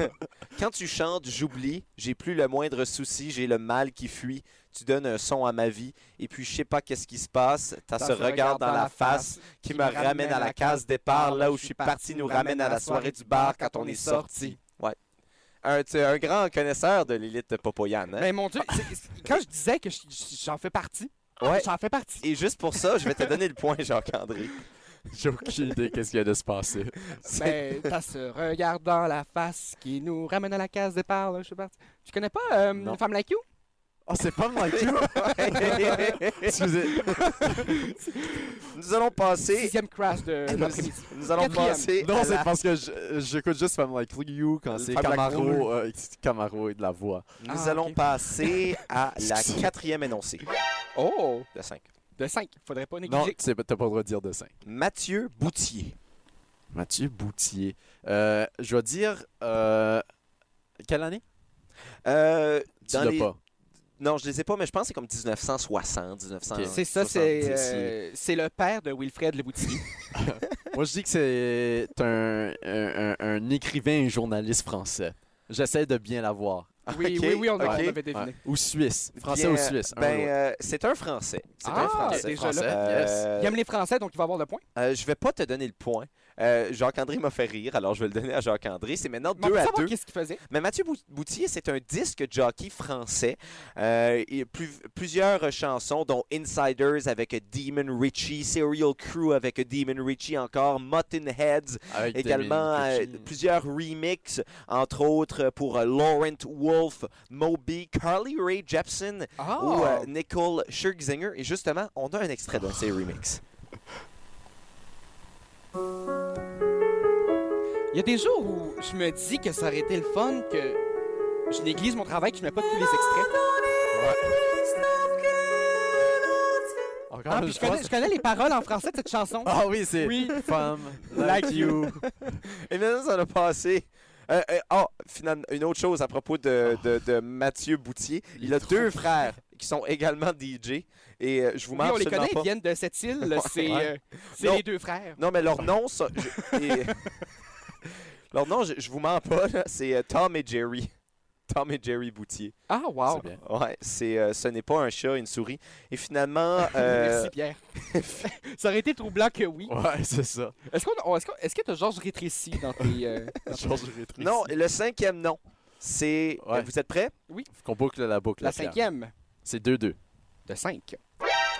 Speaker 1: Quand tu chantes, j'oublie, j'ai plus le moindre souci, j'ai le mal qui fuit. Tu donnes un son à ma vie, et puis je sais pas qu'est-ce qui se passe. T'as ce regard dans la face qui me ramène à la case départ, là où je suis parti, nous ramène à la soirée du bar quand on est sorti. Ouais. Un, tu es un grand connaisseur de l'élite Popoyan, hein?
Speaker 3: Mais mon Dieu, c'est- c'est- quand je disais que je- j'en fais partie,
Speaker 1: Ouais.
Speaker 3: j'en fais
Speaker 1: [laughs]
Speaker 3: partie.
Speaker 1: Et juste pour ça, je vais te donner le point, Jacques-André.
Speaker 4: J'ai aucune idée qu'est-ce qu'il y a de se passer.
Speaker 1: C'est-
Speaker 3: Mais t'as ce regard dans la face qui nous ramène à la case départ, là où je suis parti. Tu connais pas euh,
Speaker 4: Non.
Speaker 3: Femme Like You?
Speaker 4: Oh, c'est pas [laughs] Mike Excusez.
Speaker 1: [laughs] Nous allons passer...
Speaker 3: Sixième crash de
Speaker 1: Nous,
Speaker 3: l'après-midi.
Speaker 1: nous allons
Speaker 3: Quatrième.
Speaker 1: passer...
Speaker 4: Non,
Speaker 1: à
Speaker 4: c'est
Speaker 1: la-
Speaker 4: parce que je- j'écoute juste Femme Like You quand c'est
Speaker 1: Femme Like You.
Speaker 4: Camaro, euh, Camaro et de la voix.
Speaker 1: Nous
Speaker 3: Ah,
Speaker 1: allons
Speaker 3: ok.
Speaker 1: passer à la
Speaker 4: Excusez.
Speaker 1: quatrième énoncée.
Speaker 3: Oh!
Speaker 1: De 5.
Speaker 3: De 5. Faudrait pas
Speaker 4: Non,
Speaker 3: négliger.
Speaker 4: c'est- t'as pas le droit de dire de 5.
Speaker 1: Mathieu Boutier.
Speaker 4: Mathieu Boutier. Euh, je vais dire. euh, quelle année
Speaker 1: Euh,
Speaker 4: Tu
Speaker 1: dans
Speaker 4: l'as
Speaker 1: les-
Speaker 4: pas.
Speaker 1: Non, je les ai pas, mais je pense que c'est comme 1960, 1900.
Speaker 4: Ok.
Speaker 3: C'est ça, c'est euh, c'est le père de Wilfred
Speaker 1: [laughs]
Speaker 3: Le Boutier.
Speaker 4: Moi, je dis que c'est un, un- un- un écrivain et journaliste français. J'essaie de bien l'avoir.
Speaker 1: Ah,
Speaker 3: Oui,
Speaker 1: Ok,
Speaker 3: oui, oui, on, on
Speaker 1: ok.
Speaker 3: avait deviné.
Speaker 4: Ouais. Ou suisse. Français
Speaker 1: Bien,
Speaker 4: ou suisse. un ou
Speaker 1: Ben,
Speaker 4: l'autre.
Speaker 1: euh, c'est un Français. C'est
Speaker 3: Ah,
Speaker 1: un Français.
Speaker 3: déjà là.
Speaker 1: Euh,
Speaker 3: Il aime les Français, donc il va avoir le point.
Speaker 1: euh, je vais pas te donner le point. Euh, Jacques-André m'a fait rire, alors je vais le donner à Jacques-André. C'est maintenant
Speaker 3: Mais on
Speaker 1: 2
Speaker 3: peut
Speaker 1: à
Speaker 3: savoir
Speaker 1: 2.
Speaker 3: qu'est-ce qu'il faisait.
Speaker 1: Mais Mathieu Bou- Boutier, c'est un disque jockey français. Euh, il y a plus- plusieurs euh, chansons, dont Insiders avec Demon Richie, Serial Crew avec Demon Richie encore, Mutton Heads,
Speaker 4: Avec
Speaker 1: également
Speaker 4: Damien
Speaker 1: euh,
Speaker 4: Cochin.
Speaker 1: plusieurs remixes, entre autres euh, pour euh, Laurent Wolfe, Moby, Carly Rae Jepsen,
Speaker 3: Ah!
Speaker 1: ou euh, Nicole Scherzinger. Et justement, on a un extrait d'un de ces
Speaker 3: [laughs]
Speaker 1: remixes.
Speaker 3: Il y a des jours où je me dis que ça aurait été le fun que je néglige mon travail, que je mets pas tous les extraits.
Speaker 4: Encore
Speaker 3: Ah,
Speaker 4: une
Speaker 3: puis je
Speaker 4: fois,
Speaker 3: connais, je connais les paroles en français de cette chanson.
Speaker 4: Ah oui, c'est
Speaker 3: Oui.
Speaker 4: Femme
Speaker 3: Like
Speaker 4: Like You.
Speaker 1: Et maintenant, ça a passé. Euh, euh, ah, finalement, une autre chose à propos
Speaker 3: Oh.
Speaker 1: de, de- de Mathieu Boutier.
Speaker 3: [laughs]
Speaker 1: Il,
Speaker 4: Il est
Speaker 1: a
Speaker 4: trop
Speaker 1: deux frères qui sont également DJ. Et euh, je vous
Speaker 3: Oui,
Speaker 1: mens
Speaker 3: on les
Speaker 1: absolument
Speaker 3: connaît, ils
Speaker 1: pas.
Speaker 3: viennent de cette île. c'est
Speaker 1: Ouais.
Speaker 3: euh, c'est
Speaker 1: Non.
Speaker 3: les deux frères.
Speaker 1: Non, mais leur nom, ça. [laughs] je- et- leur nom, je, je vous mens pas, là, c'est euh, Tom et Jerry. Tom et Jerry Boutier.
Speaker 3: Ah, wow.
Speaker 4: C'est bien.
Speaker 1: Ouais, c'est, euh, ce n'est pas un chat, une souris. Et finalement, euh,
Speaker 3: Merci, Pierre. ça aurait été troublant que oui.
Speaker 4: Ouais, c'est ça.
Speaker 3: Est-ce qu'on- on- est-ce qu'on- est-ce que t'as Georges rétréci dans tes. euh, dans tes-
Speaker 4: Georges Rétrécy.
Speaker 1: non, le cinquième non. C'est. euh,
Speaker 4: Ouais.
Speaker 1: Vous êtes prêts?
Speaker 4: Faut qu'on boucle la boucle.
Speaker 3: la
Speaker 4: Pierre.
Speaker 3: cinquième
Speaker 4: C'est 2-2.
Speaker 3: de cinq.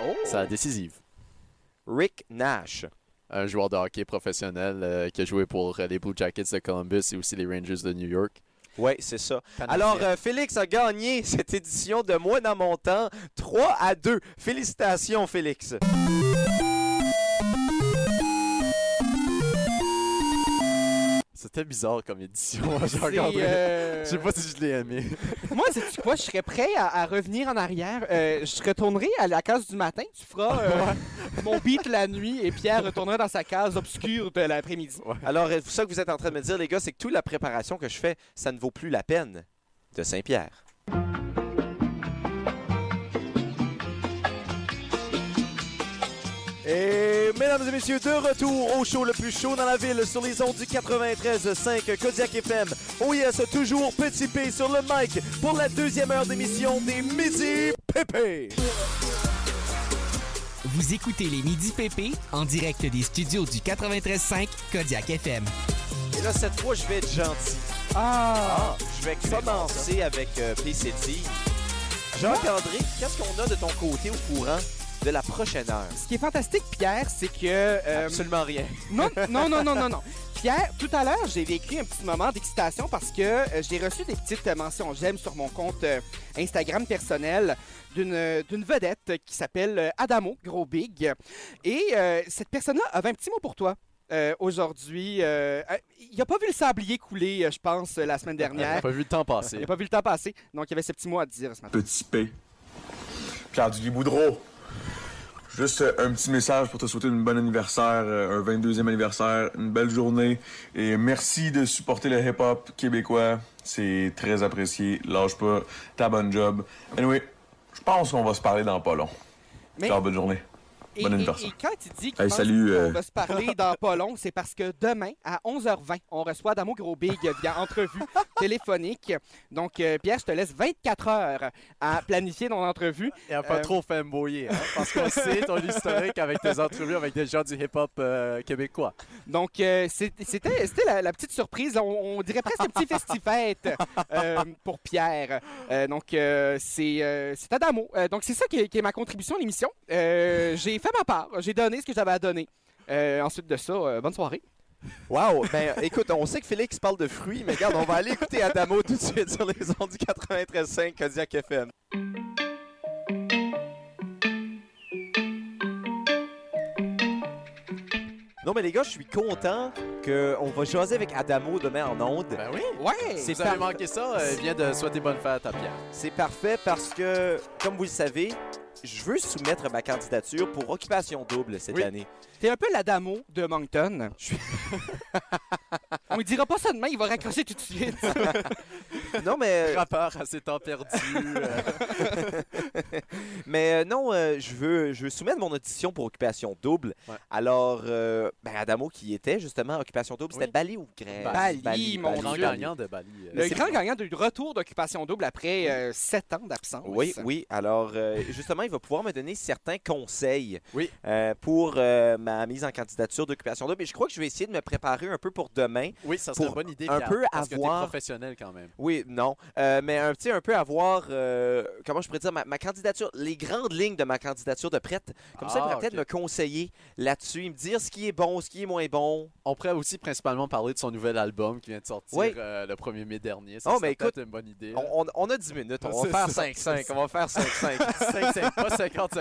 Speaker 3: Oh!
Speaker 4: C'est la décisive.
Speaker 1: Rick Nash.
Speaker 4: Un joueur de hockey professionnel euh, qui a joué pour euh, les Blue Jackets de Columbus et aussi les Rangers de New York.
Speaker 1: Ouais, c'est ça.
Speaker 4: Canadien.
Speaker 1: Alors, euh, Félix a gagné [laughs] cette édition de Moi dans mon temps 3 à 2. Félicitations, Félix.
Speaker 4: C'était bizarre comme édition. [laughs] Je
Speaker 3: C'est,
Speaker 4: regarderai.
Speaker 3: euh,
Speaker 4: Je sais pas si je l'ai [laughs] aimé.
Speaker 3: Moi, sais-tu quoi? Je serais prêt à, à revenir en arrière. Euh, je retournerai à la case du matin. Tu feras euh, [laughs] mon beat la nuit et Pierre retournera dans sa case obscure de l'après-midi.
Speaker 1: Alors, euh, ça que vous êtes en train de me dire, les gars, c'est que toute la préparation que je fais, ça ne vaut plus la peine de Saint-Pierre. Et mesdames et messieurs, de retour au show le plus chaud dans la ville sur les ondes du 93.5 Kodiak FM. Oh yes, toujours Petit P sur le mic pour la deuxième heure d'émission des Midi Pépé.
Speaker 2: Vous écoutez les Midi PP en direct des studios du 93.5 Kodiak FM.
Speaker 1: Et là, cette fois, je vais être gentil.
Speaker 3: Ah!
Speaker 1: Ah, je vais commencer avec euh, PCT. Jacques-André, qu'est-ce qu'on a de ton côté au courant de la prochaine heure?
Speaker 3: Ce qui est fantastique, Pierre, c'est que. euh,
Speaker 1: Absolument rien.
Speaker 3: Non, non, non, non, non, non. Pierre, tout à l'heure, j'ai vécu un petit moment d'excitation parce que euh, j'ai reçu des petites euh, mentions j'aime sur mon compte euh, Instagram personnel d'une euh, d'une vedette qui s'appelle euh, Adamo, gros big. Et euh, cette personne-là avait un petit mot pour toi. euh, Aujourd'hui, Euh, euh, il n'a pas vu le sablier couler, euh, je pense, euh, la semaine
Speaker 4: J'ai
Speaker 3: dernière.
Speaker 4: pas vu le temps
Speaker 3: Il
Speaker 4: passer.
Speaker 3: n'a pas vu le temps passer. Donc, il y avait ce petit mot à te dire ce matin.
Speaker 7: Petit P. Pierre Duguay Boudreau. Juste euh, un petit message pour te souhaiter un bon anniversaire, euh, un 22e anniversaire, une belle journée et merci de supporter le hip-hop québécois. C'est très apprécié. Lâche pas ta bonne job. Anyway, je pense qu'on va se parler dans pas long.
Speaker 3: Mais-
Speaker 7: Ciao, bonne journée.
Speaker 3: Et,
Speaker 7: Bon
Speaker 3: et-
Speaker 7: anniversaire.
Speaker 3: et quand tu dis qu'il
Speaker 7: Hey,
Speaker 3: pense
Speaker 7: salut,
Speaker 3: qu'on
Speaker 7: euh.
Speaker 3: va se parler dans pas long, c'est parce que demain, à 11h20, on reçoit Damo Grosbig via
Speaker 7: [laughs]
Speaker 3: entrevue téléphonique. Donc, euh, Pierre, je te laisse 24 heures à planifier ton entrevue.
Speaker 4: Et à pas
Speaker 3: Euh,
Speaker 4: trop fanboyer, hein, parce qu'on sait ton historique avec tes entrevues avec des gens du hip-hop euh, québécois.
Speaker 3: Donc, euh, c'est- c'était c'était la, la petite surprise. On, on dirait presque un petit festifête euh, pour Pierre. Euh, donc, euh, c'est euh, c'est Adamo. Euh, donc, c'est ça qui est, qui est ma contribution à l'émission. Euh, j'ai fait ma part. J'ai donné ce que j'avais à donner. Euh, ensuite de ça, euh, bonne soirée.
Speaker 1: Wow! [laughs] [laughs] Ben, écoute, on sait que Félix parle de fruits, mais regarde, on va aller écouter Adamo tout de suite sur les ondes du 93.5 Kodiak FM. Non, mais les gars, je suis content qu'on va jaser avec Adamo demain en ondes.
Speaker 4: Ben oui.
Speaker 3: Ouais!
Speaker 1: C'est
Speaker 4: Si vous avez
Speaker 1: par-
Speaker 4: manqué ça, euh, viens de souhaiter bonne fête à Pierre.
Speaker 1: C'est parfait parce que, comme vous le savez, je veux soumettre ma candidature pour Occupation Double cette
Speaker 4: Oui.
Speaker 1: année.
Speaker 3: T'es un peu l'Adamo de Moncton. [laughs] On lui dira pas ça demain, il va raccrocher tout de suite.
Speaker 1: Non, [laughs] mais, euh,
Speaker 4: Rappeur à ses temps perdus. euh,
Speaker 1: mais euh, non, euh, je, veux, je veux soumettre mon audition pour Occupation Double.
Speaker 4: Ouais.
Speaker 1: Alors, euh, ben, Adamo qui était justement Occupation Double, c'était
Speaker 4: Oui.
Speaker 1: Bali ou Grèce?
Speaker 3: Bali, mon
Speaker 4: grand
Speaker 3: Dieu.
Speaker 4: gagnant de Bali. euh,
Speaker 3: Le
Speaker 4: c'est
Speaker 3: grand gagnant du retour d'occupation double après euh, sept ans
Speaker 4: Ah
Speaker 3: d'absence.
Speaker 1: Oui, oui. Alors, euh, justement, il va pouvoir me donner certains conseils
Speaker 4: Oui.
Speaker 1: euh, pour euh, ma mise en candidature d'occupation double. Et je crois que je vais essayer de me préparer un peu pour demain.
Speaker 4: Oui, ça serait
Speaker 1: Pour
Speaker 4: une bonne idée.
Speaker 1: un
Speaker 4: Pierre,
Speaker 1: peu
Speaker 4: parce que t'es
Speaker 1: avoir-
Speaker 4: professionnel quand même.
Speaker 1: Oui, non. Euh, mais un petit un peu avoir, euh, comment je pourrais dire, ma, ma candidature, les grandes lignes de ma candidature de prête. Comme ça, il
Speaker 4: Ah,
Speaker 1: pourrait peut-être
Speaker 4: ok.
Speaker 1: me conseiller là-dessus, et me dire ce qui est bon, ce qui est moins bon.
Speaker 4: On pourrait aussi principalement parler de son nouvel album qui vient de sortir
Speaker 1: Oui.
Speaker 4: euh, le 1er mai dernier. Ça,
Speaker 1: Oh,
Speaker 4: serait
Speaker 1: mais
Speaker 4: peut-être une bonne idée.
Speaker 1: On, on- on a 10 minutes, on va
Speaker 4: C'est
Speaker 1: faire
Speaker 4: ça,
Speaker 1: 5-5,
Speaker 4: c'est ça.
Speaker 1: on va faire
Speaker 4: [laughs]
Speaker 1: 5-5.
Speaker 4: 5-5, pas 50-50,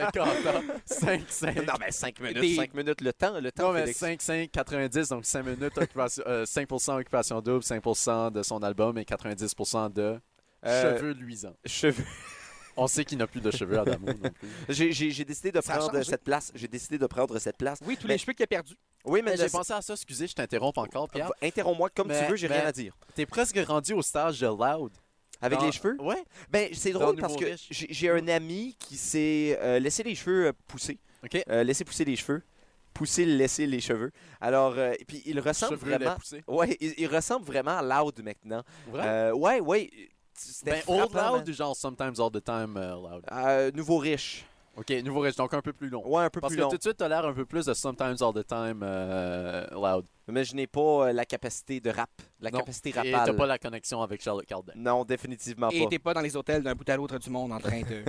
Speaker 4: hein. 5-5.
Speaker 1: [laughs] non, mais 5 minutes,
Speaker 3: Des-
Speaker 1: 5 minutes, le temps, le temps,
Speaker 4: Non, mais
Speaker 1: Félix.
Speaker 4: 5, 5, 90, donc 5 minutes, occupation, euh, 5% occupation double, 5% de son album et 90% de
Speaker 1: Euh,
Speaker 4: cheveux luisants.
Speaker 1: cheveux. [laughs]
Speaker 4: On sait qu'il n'a plus de cheveux, Adamo, non plus.
Speaker 1: J'ai- J'ai j'ai décidé de
Speaker 3: Ça a
Speaker 1: prendre
Speaker 3: changé.
Speaker 1: cette place, j'ai décidé de prendre cette place.
Speaker 3: Oui, tous
Speaker 1: Mais-
Speaker 3: les cheveux qu'il a perdus.
Speaker 1: Oui, mais,
Speaker 4: Mais j'ai
Speaker 1: le-
Speaker 4: pensé à ça, excusez, je t'interromps encore, Pierre.
Speaker 1: Interromps-moi comme tu
Speaker 4: Mais-
Speaker 1: veux, j'ai
Speaker 4: mais-
Speaker 1: rien à dire.
Speaker 4: T'es presque rendu au stage de Loud.
Speaker 1: Avec
Speaker 4: Dans-
Speaker 1: les cheveux?
Speaker 4: Ouais.
Speaker 1: Ben, c'est
Speaker 4: Dans
Speaker 1: drôle parce
Speaker 4: Humour
Speaker 1: que
Speaker 4: riche.
Speaker 1: j'ai j'ai un ami qui s'est euh, laissé les cheveux euh, pousser.
Speaker 4: OK.
Speaker 1: Euh, laisser pousser les cheveux. Pousser, laisser les cheveux. Alors, euh, et puis il ressemble
Speaker 4: Cheveux lait
Speaker 1: vraiment.
Speaker 4: poussé.
Speaker 1: Ouais, il, il ressemble vraiment à Loud maintenant.
Speaker 4: Vraiment?
Speaker 1: Euh, ouais, ouais. Euh, c'était
Speaker 4: Ben, old
Speaker 1: frappant,
Speaker 4: loud
Speaker 1: man.
Speaker 4: ou genre sometimes all the time euh, loud?
Speaker 1: Euh, nouveau riche.
Speaker 4: Ok, nouveau reste donc un peu plus long.
Speaker 1: Ouais, un peu
Speaker 4: Parce
Speaker 1: plus
Speaker 4: que
Speaker 1: long.
Speaker 4: tout de suite, t'as l'air un peu plus de sometimes all the time euh, loud.
Speaker 1: Mais je n'ai pas euh, la capacité de rap, la
Speaker 4: Non.
Speaker 1: capacité
Speaker 4: Et t'as
Speaker 1: rapale.
Speaker 4: pas la connexion avec Charlotte Cardin.
Speaker 1: Non,
Speaker 4: Ah,
Speaker 1: définitivement
Speaker 3: Et
Speaker 1: pas.
Speaker 3: t'es pas dans les hôtels d'un bout à l'autre du monde en train
Speaker 4: [laughs]
Speaker 3: de,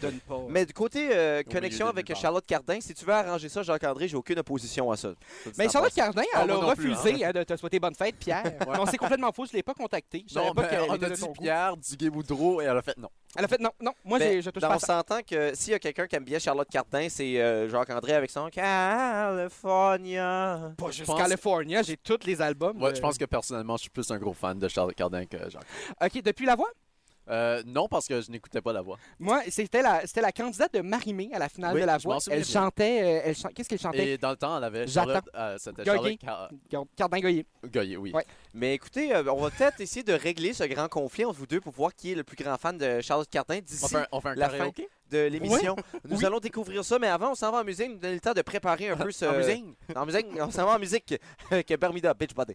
Speaker 3: de ne pas.
Speaker 1: Mais du côté euh, connexion
Speaker 4: milieu de
Speaker 1: avec
Speaker 4: nulle part.
Speaker 1: Charlotte Cardin, si tu veux arranger ça, Jacques-André, j'ai aucune opposition à ça. Soit dit
Speaker 3: Mais
Speaker 1: en
Speaker 3: Charlotte
Speaker 1: passant.
Speaker 3: Cardin,
Speaker 4: Ah,
Speaker 3: elle a
Speaker 4: moi non plus,
Speaker 3: refusé hein, de te souhaiter bonne fête,
Speaker 4: [laughs]
Speaker 3: Pierre. Non, c'est complètement faux, je l'ai pas contacté. Je savais
Speaker 4: Non,
Speaker 3: pas
Speaker 4: ben,
Speaker 3: qu'elle
Speaker 4: on
Speaker 3: était
Speaker 4: a
Speaker 3: de
Speaker 4: dit
Speaker 3: ton goût.
Speaker 4: Pierre, Duguay Boudreau, et elle a fait non.
Speaker 3: Elle a fait non, non, moi
Speaker 1: Ben,
Speaker 3: j'ai- je touche
Speaker 1: ben,
Speaker 3: pas à
Speaker 1: on
Speaker 3: ça.
Speaker 1: s'entend que s'il y a quelqu'un qui aime bien Charlotte Cardin, c'est euh, Jacques-André avec son California.
Speaker 3: Pas
Speaker 4: je
Speaker 3: juste
Speaker 4: pense-
Speaker 3: California, j'ai tous les albums.
Speaker 4: Ouais,
Speaker 3: euh.
Speaker 4: je pense que personnellement, je suis plus un gros fan de Charlotte Cardin que Jacques.
Speaker 3: OK, depuis la voix,
Speaker 4: Euh, non, parce que je n'écoutais pas la voix.
Speaker 3: moi, c'était la, c'était la candidate de Marimé à la finale
Speaker 4: Oui,
Speaker 3: de la
Speaker 4: je m'en
Speaker 3: voix.
Speaker 4: souviens
Speaker 3: Elle
Speaker 4: bien.
Speaker 3: chantait. euh, elle chan- Qu'est-ce qu'elle chantait?
Speaker 4: Et dans le temps, elle avait
Speaker 3: J'attends.
Speaker 4: Charlotte. euh, C'était
Speaker 3: Goyer.
Speaker 4: Charlotte Car-
Speaker 3: Regarde, Cardin Goyer.
Speaker 4: Goyer, oui.
Speaker 3: Ouais.
Speaker 1: Mais écoutez, euh, on va peut-être essayer de régler ce grand conflit entre vous deux pour voir qui est le plus grand fan de Charlotte Cardin
Speaker 4: On
Speaker 1: d'ici
Speaker 4: fait un, on fait un
Speaker 1: la
Speaker 4: karaoké?
Speaker 1: fin de l'émission. Nous
Speaker 3: Oui.
Speaker 1: allons découvrir ça, mais avant, on s'en va en musique. Nous donner le temps de préparer un peu ce.
Speaker 4: En musique?
Speaker 1: [laughs] En musique, on s'en va en musique. euh, que Bermuda Beach Body.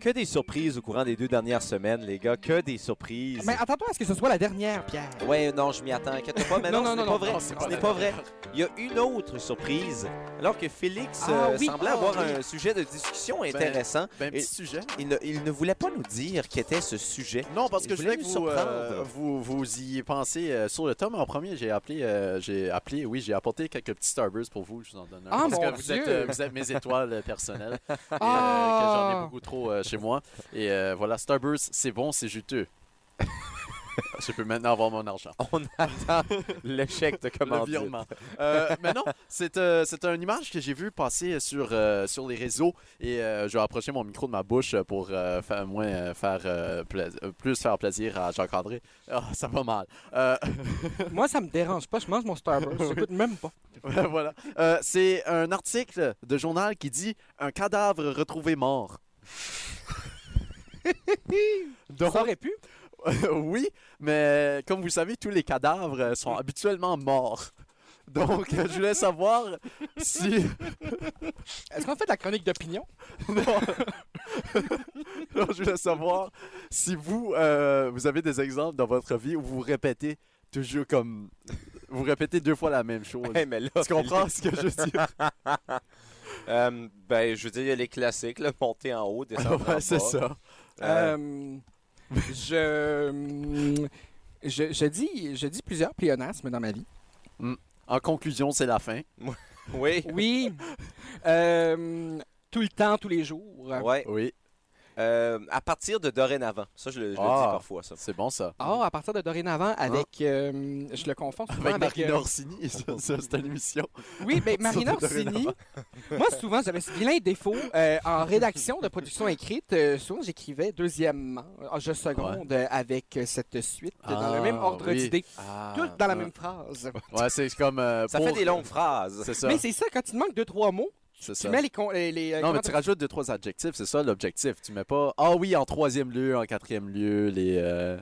Speaker 1: Que des surprises au courant des deux dernières semaines, les gars. Que des surprises.
Speaker 3: Mais attends-toi à ce que ce soit la dernière, Pierre.
Speaker 1: Ouais, non, je m'y attends. Inquiète pas, mais non, ce
Speaker 3: Non, non,
Speaker 1: n'est
Speaker 3: non,
Speaker 1: pas
Speaker 3: non,
Speaker 1: vrai.
Speaker 4: non, c'est
Speaker 1: ce
Speaker 4: pas
Speaker 1: n'est
Speaker 4: vrai.
Speaker 1: pas vrai. Il y a une autre surprise. Alors que Félix
Speaker 3: Ah
Speaker 1: euh,
Speaker 3: oui,
Speaker 1: semblait
Speaker 3: ah
Speaker 1: avoir
Speaker 3: oui.
Speaker 1: un sujet de discussion intéressant,
Speaker 4: Ben,
Speaker 1: Et-
Speaker 4: petit sujet.
Speaker 1: il ne, il ne voulait pas nous dire qui était ce
Speaker 4: [laughs]
Speaker 1: sujet.
Speaker 4: Non, parce que
Speaker 1: Vous
Speaker 4: je voulais que
Speaker 1: voulez nous
Speaker 4: vous, euh,
Speaker 1: surprendre.
Speaker 4: vous, vous y pensiez euh, sur le tome. En premier, j'ai appelé, euh, j'ai appelé, oui, j'ai apporté quelques petits Starbursts pour vous. Je vous en donne un.
Speaker 3: Ah,
Speaker 4: parce
Speaker 3: mon
Speaker 4: que vous
Speaker 3: Dieu!
Speaker 4: êtes, euh, vous êtes mes étoiles euh, personnelles. et, [laughs] euh, que j'en ai
Speaker 3: Ah!
Speaker 4: beaucoup trop euh, chez moi. Et euh, voilà, Starburst, c'est bon, c'est [laughs] juteux. je peux maintenant avoir mon argent.
Speaker 1: On attend le chèque de
Speaker 4: Le
Speaker 1: commande.
Speaker 4: virement. Euh, mais non, c'est euh, c'est une image que j'ai vue passer sur, euh, sur les réseaux et euh, je vais approcher mon micro de ma bouche pour euh, faire, moins, euh, faire, euh, pla- euh, plus faire plaisir à Jacques-André. Ah, ça va mal. Euh, [laughs]
Speaker 3: Moi, ça me dérange pas. Je mange mon Starburst. J'écoute même pas.
Speaker 4: voilà. Euh, c'est un article de journal qui dit Un cadavre retrouvé mort. Donc,
Speaker 3: Ça aurait pu.
Speaker 4: [laughs] oui, mais comme vous savez, tous les cadavres euh, sont habituellement morts. [laughs] Donc, euh, je voulais savoir si. [laughs]
Speaker 3: Est-ce qu'on fait de la chronique d'opinion?
Speaker 4: Non. [laughs] Non, je voulais savoir si vous, euh, vous avez des exemples dans votre vie où vous répétez toujours comme. [laughs] Vous répétez deux fois la même chose. [laughs]
Speaker 1: Hey, mais là,
Speaker 4: Tu comprends ce que je dis?
Speaker 1: Euh, ben, je veux dire, il y a les classiques, là, monter en
Speaker 4: [laughs]
Speaker 1: haut, descendre en bas.
Speaker 4: Ouais, c'est [laughs] ça.
Speaker 1: Euh,
Speaker 3: Euh, je... mm, Je, je dis, je dis plusieurs pléonasmes dans ma vie.
Speaker 4: En conclusion, c'est la fin.
Speaker 1: Oui.
Speaker 3: Oui. [laughs] Euh, tout le temps, tous les jours.
Speaker 1: Ouais.
Speaker 4: Oui,
Speaker 1: Euh, à partir de dorénavant. Ça, je le, je le
Speaker 4: Ah.
Speaker 1: dis parfois, ça.
Speaker 4: c'est bon ça.
Speaker 3: Ah, à partir de dorénavant, avec. euh, je le confonds souvent
Speaker 4: Ah, Avec
Speaker 3: avec.
Speaker 4: Marina
Speaker 3: euh,
Speaker 4: Orsini, [laughs] ça, ça, c'est une émission.
Speaker 3: Oui, mais Marina
Speaker 4: Surtout
Speaker 3: Orsini. Moi, souvent, j'avais ce vilain défaut. euh, en rédaction de production écrite, euh, souvent, j'écrivais deuxièmement. euh, Je seconde euh, avec euh, cette suite euh, dans le
Speaker 4: Ah,
Speaker 3: même ordre
Speaker 4: oui.
Speaker 3: d'idée.
Speaker 1: Ah.
Speaker 3: Tout dans la
Speaker 4: ah.
Speaker 3: même phrase.
Speaker 4: [laughs] Ouais, c'est comme. euh,
Speaker 1: Ça
Speaker 4: pour-
Speaker 1: fait des longues phrases.
Speaker 4: C'est ça.
Speaker 3: Mais c'est ça, quand il te manque deux, trois mots,
Speaker 4: C'est
Speaker 3: tu
Speaker 4: ça.
Speaker 3: mets les. con- les, les- euh,
Speaker 1: Euh,
Speaker 4: Non, mais
Speaker 3: comment
Speaker 4: tu
Speaker 3: t'appelles-
Speaker 4: rajoutes deux, trois adjectifs, c'est ça l'objectif. Tu mets pas. Ah oui, en troisième lieu, en quatrième lieu, les. euh,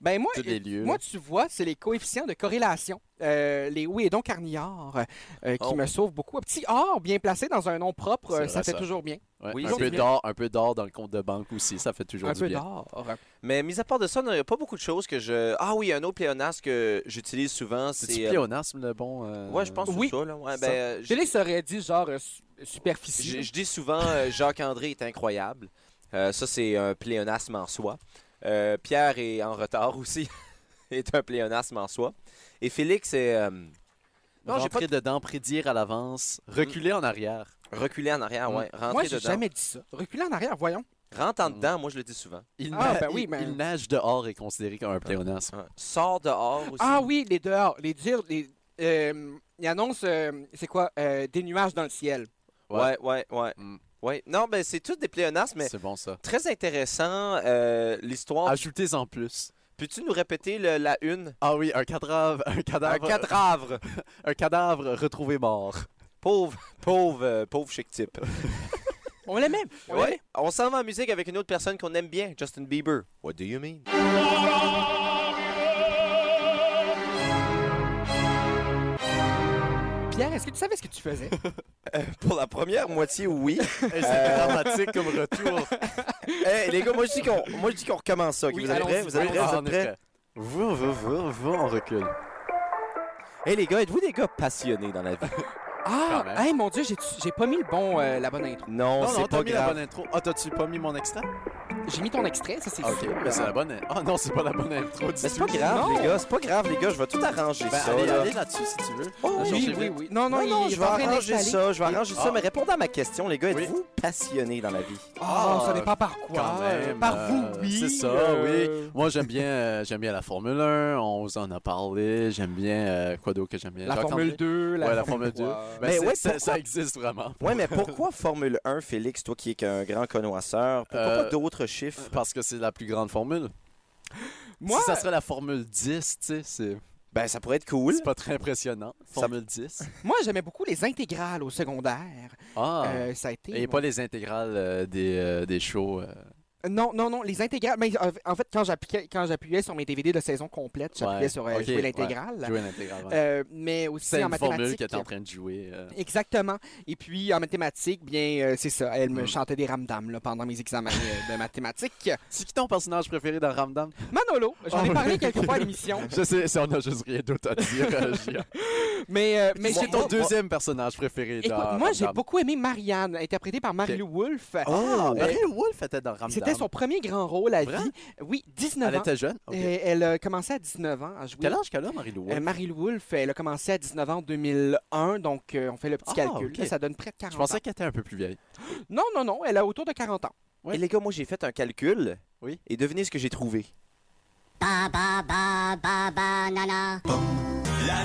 Speaker 3: Ben, moi,
Speaker 4: tous les lieux.
Speaker 3: Moi, tu vois, c'est les coefficients de corrélation. Euh, les oui et donc Carniard euh, qui
Speaker 1: Oh.
Speaker 3: me sauvent beaucoup. Un petit or bien placé dans un nom propre,
Speaker 4: C'est
Speaker 3: euh, ça
Speaker 4: vrai,
Speaker 3: fait
Speaker 4: ça.
Speaker 3: toujours bien.
Speaker 4: Ouais,
Speaker 1: Oui,
Speaker 4: un
Speaker 1: c'est
Speaker 4: peu
Speaker 3: bien.
Speaker 4: d'or, un peu d'or dans le compte de banque aussi, ça fait toujours
Speaker 3: Un
Speaker 4: du
Speaker 3: peu
Speaker 4: bien.
Speaker 3: d'or.
Speaker 1: Mais mis à part de ça, il n'y a pas beaucoup de choses que je. Ah oui, un autre pléonasme que j'utilise souvent,
Speaker 4: C'est
Speaker 1: c'est.
Speaker 4: du
Speaker 1: euh,
Speaker 4: pléonasme le bon. euh,
Speaker 1: Ouais, je pense que
Speaker 3: Oui.
Speaker 1: c'est ça, là. Ouais,
Speaker 4: Ça.
Speaker 1: ben, euh,
Speaker 3: Je
Speaker 1: je,
Speaker 3: les aurais dit genre euh, su-
Speaker 1: je-
Speaker 3: superficiel.
Speaker 1: je dis souvent euh, Jacques-André est incroyable. Euh, ça, c'est un pléonasme en soi. Euh, Pierre est en retard aussi. [laughs] est un pléonasme en soi. Et Félix est. euh, Non, j'ai pas Mm.
Speaker 4: Rentrer dedans, prédire à l'avance, reculer en arrière.
Speaker 1: Reculer en arrière,
Speaker 4: Mm.
Speaker 1: ouais. Rentrer
Speaker 3: Moi, j'ai
Speaker 1: dedans.
Speaker 3: jamais dit ça. Reculer en arrière, voyons.
Speaker 1: Rentre en
Speaker 4: Mm.
Speaker 1: dedans, moi je le dis souvent.
Speaker 4: Il,
Speaker 3: Ah,
Speaker 4: na-
Speaker 3: ben oui,
Speaker 4: il-
Speaker 3: mais-
Speaker 4: il nage dehors est considéré comme un pléonasme.
Speaker 1: Sors dehors aussi.
Speaker 3: Ah oui, les dehors, les dire, les. euh, ils annoncent, euh, c'est quoi, euh, des nuages dans le ciel.
Speaker 1: Ouais, ouais, ouais.
Speaker 4: Mm.
Speaker 1: Ouais. Non, ben c'est tout des pléonasmes, mais
Speaker 4: C'est bon ça.
Speaker 1: très intéressant euh, l'histoire.
Speaker 4: Ajoutez-en plus.
Speaker 1: Peux-tu nous répéter le- la une
Speaker 4: Ah oui, un cadavre, un
Speaker 1: Un
Speaker 4: cadavre,
Speaker 1: cadavre.
Speaker 4: [laughs] un cadavre
Speaker 1: [laughs]
Speaker 4: retrouvé mort.
Speaker 1: Pauvre, pauvre, euh, pauvre chic type.
Speaker 3: On l'aimait. on l'aimait.
Speaker 1: Ouais. On s'en va en musique avec une autre personne qu'on aime bien, Justin Bieber. What do you mean?
Speaker 4: [laughs]
Speaker 3: Pierre, est-ce que tu savais ce que tu faisais?
Speaker 1: [laughs] Pour la première moitié, [laughs] oui.
Speaker 4: Hey,
Speaker 1: Euh,
Speaker 4: C'est dramatique comme retour.
Speaker 1: Eh, les gars, moi je dis qu'on moi, je dis qu'on recommence ça. ok?
Speaker 3: Oui,
Speaker 1: vous êtes prêts?
Speaker 3: allons-y,
Speaker 1: Vous êtes prêts?
Speaker 4: Ah,
Speaker 1: Vous
Speaker 4: en
Speaker 1: êtes prêts?
Speaker 4: effet. Vous, vous, vous, vous, on recule.
Speaker 1: Eh les gars, êtes-vous des gars passionnés dans la vie?
Speaker 3: Ah,
Speaker 4: Quand même.
Speaker 3: hey, mon Dieu, j'ai j'ai pas mis le bon, euh, la bonne intro.
Speaker 1: Non,
Speaker 4: non,
Speaker 1: c'est
Speaker 4: non, t'as
Speaker 1: pas
Speaker 4: mis la bonne
Speaker 1: grave.
Speaker 4: intro. Ah, t'as-tu pas mis mon extrait?
Speaker 3: J'ai mis ton extrait, ça c'est
Speaker 4: Ah, ok,
Speaker 3: sûr.
Speaker 4: mais c'est la bonne. Ah non, c'est pas la bonne intro.
Speaker 1: Mais c'est pas
Speaker 3: Non.
Speaker 1: grave, les gars. C'est pas grave, les gars. Je vais tout arranger
Speaker 4: Ben,
Speaker 1: ça.
Speaker 4: allez,
Speaker 1: là.
Speaker 4: allez là-dessus si tu veux.
Speaker 3: Oh,
Speaker 4: J'ai
Speaker 3: oui,
Speaker 4: changé
Speaker 3: oui,
Speaker 4: vite.
Speaker 3: oui. Non, non,
Speaker 1: Non,
Speaker 3: il,
Speaker 1: non,
Speaker 3: il
Speaker 1: je
Speaker 3: est
Speaker 1: vais
Speaker 3: en train
Speaker 1: arranger
Speaker 3: d'installer.
Speaker 1: ça, je vais arranger ça,
Speaker 4: Ah.
Speaker 1: mais répondez à ma question, les gars.
Speaker 4: Oui.
Speaker 1: Êtes-vous passionnés dans la vie?
Speaker 3: Ah,
Speaker 4: Ah,
Speaker 3: ça dépend par quoi.
Speaker 4: quand même,
Speaker 3: par vous,
Speaker 4: euh,
Speaker 3: oui.
Speaker 4: c'est ça,
Speaker 3: euh,
Speaker 4: Moi, j'aime bien, euh, j'aime bien la Formule 1. On vous en a parlé. J'aime bien euh, quoi d'autre que j'aime bien.
Speaker 3: La
Speaker 4: Jacques
Speaker 3: Formule
Speaker 4: André.
Speaker 3: 2, la,
Speaker 4: Ouais, la Formule 2.
Speaker 3: 3.
Speaker 4: Ben,
Speaker 1: Mais
Speaker 4: c'est-
Speaker 1: ouais,
Speaker 4: ça, ça
Speaker 1: pourquoi-
Speaker 4: existe vraiment.
Speaker 1: Ouais, mais pourquoi Formule 1, Félix, toi qui es qu'un grand connoisseur? Pourquoi
Speaker 4: Euh,
Speaker 1: pas d'autres chiffres?
Speaker 4: Parce que c'est la plus grande formule.
Speaker 3: Moi,
Speaker 4: Si ça serait la Formule 10, tu sais, c'est
Speaker 1: Ben, ça pourrait être cool.
Speaker 4: c'est pas très impressionnant.
Speaker 1: Ça-
Speaker 4: Formule 10.
Speaker 3: moi j'aimais beaucoup les intégrales au secondaire.
Speaker 4: Ah!
Speaker 3: Euh, ça a été.
Speaker 4: Et
Speaker 3: mon-
Speaker 4: pas les intégrales euh, des, euh, des shows. euh,
Speaker 3: Non, non, non, les intégrales. Mais en en fait, quand j'appuyais, quand j'appuyais sur mes DVD de saison complète, j'appuyais
Speaker 4: Ouais,
Speaker 3: sur euh,
Speaker 4: ok,
Speaker 3: jouer
Speaker 4: ouais.
Speaker 3: l'intégrale.
Speaker 4: jouer l'intégrale. ouais.
Speaker 3: Euh, mais aussi
Speaker 4: c'est
Speaker 3: en
Speaker 4: une formule
Speaker 3: mathématiques.
Speaker 4: que t'es en train de jouer. euh.
Speaker 3: Exactement. Et puis en mathématiques, bien, euh, c'est ça. Elle me
Speaker 4: Hmm.
Speaker 3: chantait des ramdams là, pendant mes examens euh, de mathématiques.
Speaker 4: C'est qui ton personnage préféré dans Ramdam?
Speaker 3: Manolo, j'en ai
Speaker 4: Oh.
Speaker 3: parlé quelques fois à l'émission.
Speaker 4: Je sais, ça, on a juste rien d'autre à dire.
Speaker 3: [laughs]
Speaker 4: euh, Gia.
Speaker 3: Mais, euh, mais
Speaker 4: Mais
Speaker 3: j'ai
Speaker 4: c'est ton deuxième personnage préféré
Speaker 3: Écoute,
Speaker 4: dans
Speaker 3: moi, j'ai
Speaker 4: Ramdam.
Speaker 3: beaucoup aimé Marianne, interprétée par Mary Wolfe.
Speaker 4: Ah,
Speaker 1: ben,
Speaker 3: Euh,
Speaker 4: Mary Wolf était dans Ramdam.
Speaker 3: C'était son premier grand rôle à
Speaker 4: Vrai?
Speaker 3: vie. Oui,
Speaker 4: Elle
Speaker 3: 19 ans.
Speaker 4: était jeune? Ok.
Speaker 3: Euh, elle a commencé à 19 ans à jouer.
Speaker 4: Quel âge qu'elle a, Mary Wolf?
Speaker 3: Euh, Mary Lou Wolfe, elle a commencé à 19 ans en 2001, donc euh, on fait le petit
Speaker 4: Ah,
Speaker 3: calcul.
Speaker 4: ok.
Speaker 3: là, ça donne près de 40
Speaker 4: Je pensais
Speaker 3: ans.
Speaker 4: qu'elle était un peu plus vieille.
Speaker 3: Non, non, non, elle a autour de 40 ans.
Speaker 4: Ouais.
Speaker 1: Et les gars, moi, j'ai fait un calcul.
Speaker 4: Oui.
Speaker 1: Et devinez ce que j'ai trouvé.
Speaker 5: Ba ba ba ba ba na na.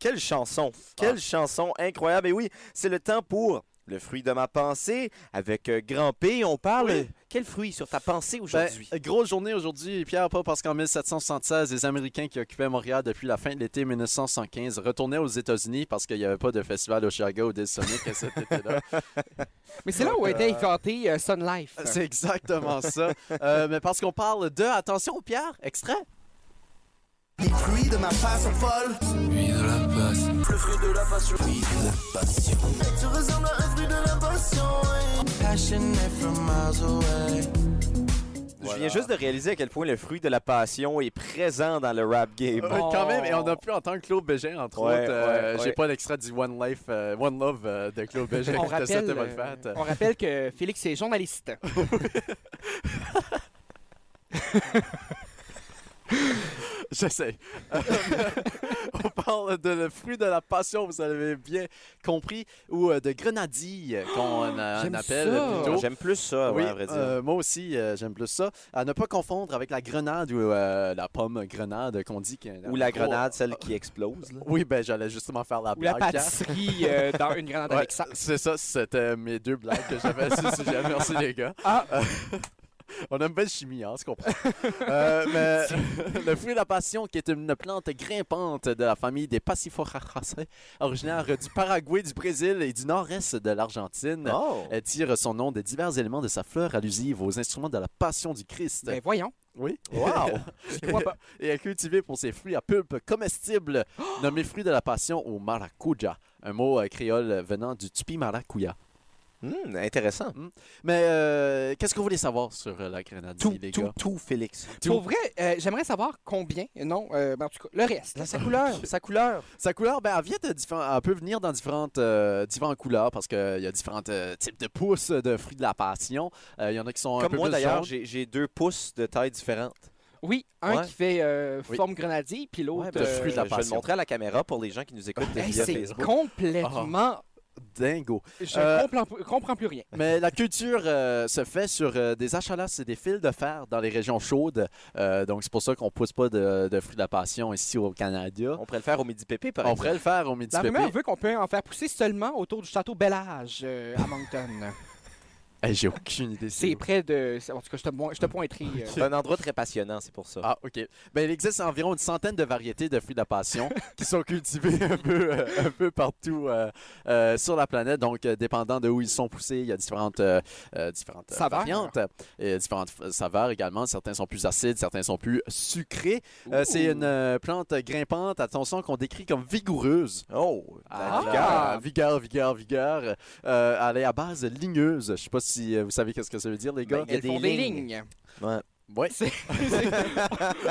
Speaker 1: Quelle chanson! Quelle chanson incroyable! Et oui, c'est le temps pour le fruit de ma pensée. Avec euh, Grand P, on parle. Quel fruit sur ta pensée aujourd'hui?
Speaker 4: Ben, grosse journée aujourd'hui, Pierre, pas parce qu'en 1776, les Américains qui occupaient Montréal depuis la fin de l'été 1915 retournaient aux États-Unis parce qu'il n'y avait pas de festival au Chicago ou des Sonic à cet
Speaker 1: [laughs]
Speaker 4: été-là.
Speaker 3: Mais c'est là où a été inventé euh, Sun Life.
Speaker 4: C'est exactement ça. Euh, mais parce qu'on parle de... Attention, Pierre, extrait.
Speaker 1: Je viens juste de réaliser à quel point le fruit de la passion est présent dans le rap game.
Speaker 4: Euh, Quand même, et on a pu entendre Claude Bégin, entre
Speaker 1: Ouais,
Speaker 4: autres. Euh,
Speaker 1: ouais, ouais.
Speaker 4: J'ai pas l'extrait du One Life, euh, One Love euh, de Claude Bégin.
Speaker 3: on,
Speaker 4: qui était cette
Speaker 3: rappelle,
Speaker 4: bonne
Speaker 3: euh,
Speaker 4: fête.
Speaker 3: on rappelle que Félix est journaliste.
Speaker 4: J'essaie. [laughs] Euh, on parle de le fruit de la passion, vous avez bien compris, ou euh, de grenadille, qu'on euh,
Speaker 3: Ah, j'aime
Speaker 4: appelle
Speaker 3: ça.
Speaker 1: Oh,
Speaker 4: plutôt.
Speaker 1: J'aime plus ça, ouais,
Speaker 4: Oui,
Speaker 1: à vrai dire.
Speaker 4: euh, moi aussi, euh, j'aime plus ça. À ne pas confondre avec la grenade ou euh, la pomme grenade qu'on dit. qu'il y a-
Speaker 1: Ou la grenade, celle qui explose. là.
Speaker 4: Oui, ben j'allais justement faire la
Speaker 3: Ou la
Speaker 4: blague. Pierre.
Speaker 3: pâtisserie euh, dans une grenade
Speaker 4: Ouais,
Speaker 3: avec ça.
Speaker 4: C'est ça, c'était mes deux blagues que j'avais
Speaker 3: [laughs]
Speaker 4: à ce sujet. Merci les gars.
Speaker 3: Ah.
Speaker 4: Euh, [laughs] On a une belle chimie, hein, ce qu'on prend.
Speaker 3: [laughs]
Speaker 4: Euh, [laughs] mais le fruit de la passion, qui est une plante grimpante de la famille des Passifloracées, originaire du Paraguay, du Brésil et du nord-est de l'Argentine,
Speaker 3: Ah!
Speaker 1: Oh!
Speaker 4: elle tire son nom des divers éléments de sa fleur allusive aux instruments de la passion du Christ.
Speaker 3: Ben voyons.
Speaker 4: Oui.
Speaker 1: Wow!
Speaker 3: Je crois pas.
Speaker 4: et est cultivée pour ses fruits à pulpe
Speaker 3: [gasps]
Speaker 4: comestible, nommé fruit de la passion ou maracuja, un mot euh, créole venant du tupi maracuya.
Speaker 1: Hmm, intéressant.
Speaker 4: Mais euh, qu'est-ce que vous voulez savoir sur euh, la grenadine,
Speaker 1: Tout,
Speaker 4: les
Speaker 1: tout,
Speaker 4: gars?
Speaker 1: tout, Félix.
Speaker 4: Tout.
Speaker 3: Pour vrai, euh, j'aimerais savoir combien. Non, euh, ben, en tout cas, le reste.
Speaker 1: Là, sa
Speaker 3: [laughs]
Speaker 1: couleur, sa couleur.
Speaker 4: Sa couleur, ben, elle, vient de différents- elle peut venir dans différentes, euh, différentes couleurs parce qu'il y a différents euh, types de pousses de fruits de la passion. Euh, Il y en a qui sont un
Speaker 1: Comme
Speaker 4: peu
Speaker 1: moi
Speaker 4: plus
Speaker 1: d'ailleurs,
Speaker 4: jaunes.
Speaker 1: j'ai j'ai deux pouces de taille différente.
Speaker 3: Oui, un
Speaker 1: Ouais.
Speaker 3: qui fait euh,
Speaker 4: Oui.
Speaker 3: forme grenadier, puis l'autre.
Speaker 1: ben,
Speaker 4: de
Speaker 1: je-
Speaker 4: fruits de la
Speaker 1: Je vais
Speaker 4: passion. Ah,
Speaker 1: le montrer à la caméra pour les gens qui nous écoutent
Speaker 3: euh, hey,
Speaker 1: via
Speaker 3: c'est
Speaker 1: Facebook.
Speaker 3: complètement.
Speaker 4: Dingo.
Speaker 3: Je
Speaker 4: Euh,
Speaker 3: comprends, comprends plus rien.
Speaker 4: Mais la culture euh, se fait sur euh, des achalas et des fils de fer dans les régions chaudes. Euh, donc, c'est pour ça qu'on ne pousse pas de, de fruits de la passion ici au Canada.
Speaker 1: On pourrait le faire au Midi Pépé, par
Speaker 4: On
Speaker 1: exemple.
Speaker 4: pourrait le faire au midi
Speaker 3: La rumeur
Speaker 4: pépé.
Speaker 3: veut qu'on peut en faire pousser seulement autour du château Bellage euh, à Moncton.
Speaker 4: Hey, J'ai aucune
Speaker 3: [laughs]
Speaker 4: idée.
Speaker 3: C'est
Speaker 4: c'est où.
Speaker 3: près de. En tout cas, je te, moi, je te pointerai. euh.
Speaker 8: [laughs] C'est un endroit très passionnant, c'est pour ça.
Speaker 4: Ah, OK. Ben, il existe environ une centaine de variétés de fruits de
Speaker 8: [laughs]
Speaker 4: la passion qui sont cultivés un peu, euh, un peu partout euh, euh, sur la planète. Donc, euh, dépendant de où ils sont poussés, il y a différentes, euh, euh, différentes euh,
Speaker 3: Saveurs.
Speaker 4: variantes et différentes f- saveurs également. Certains sont plus acides, certains sont plus sucrés. Euh, C'est une euh, plante grimpante, attention, qu'on décrit comme vigoureuse.
Speaker 8: Oh,
Speaker 4: Ah,
Speaker 8: la
Speaker 4: là, vigueur, vigueur, vigueur. Euh, elle est à base ligneuse. Je sais pas si euh, vous savez qu'est-ce que ça veut dire, les gars.
Speaker 8: Ben, il y a
Speaker 3: Elles font
Speaker 8: des
Speaker 3: des
Speaker 8: lignes. [laughs]
Speaker 3: lignes.
Speaker 4: Ouais.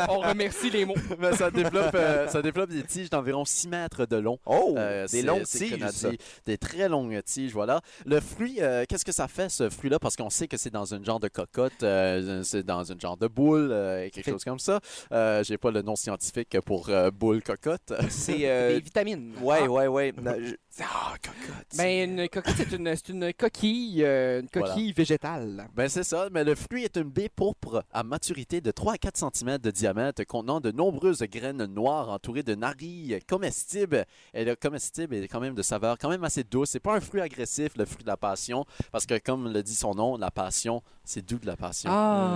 Speaker 3: On remercie les mots.
Speaker 4: [laughs] Mais ça développe, euh, ça développe des tiges d'environ 6 mètres de long.
Speaker 8: Oh,
Speaker 4: Euh,
Speaker 8: des
Speaker 4: c'est-
Speaker 8: longues
Speaker 4: c'est
Speaker 8: tiges.
Speaker 4: canadien. Des très longues tiges, voilà. Le fruit, euh, qu'est-ce que ça fait, ce fruit-là? Parce qu'on sait que c'est dans une genre de cocotte, euh, c'est dans une genre de boule, euh, et quelque chose comme ça. Euh, J'ai pas le nom scientifique pour euh, boule cocotte. [laughs]
Speaker 8: C'est. euh,
Speaker 3: Des vitamines.
Speaker 8: ouais, ouais, ouais. Non, je- Ah,
Speaker 3: Mais une cocotte, c'est une, c'est une coquille, euh, une coquille
Speaker 4: Voilà.
Speaker 3: végétale.
Speaker 4: Ben c'est ça, mais le fruit est une baie pourpre à maturité de 3 à 4 cm de diamètre contenant de nombreuses graines noires entourées de narilles comestibles. Et le comestible est quand même de saveur quand même assez douce. C'est pas un fruit agressif, le fruit de la passion, parce que comme le dit son nom, la passion, c'est doux de la passion.
Speaker 3: Ah,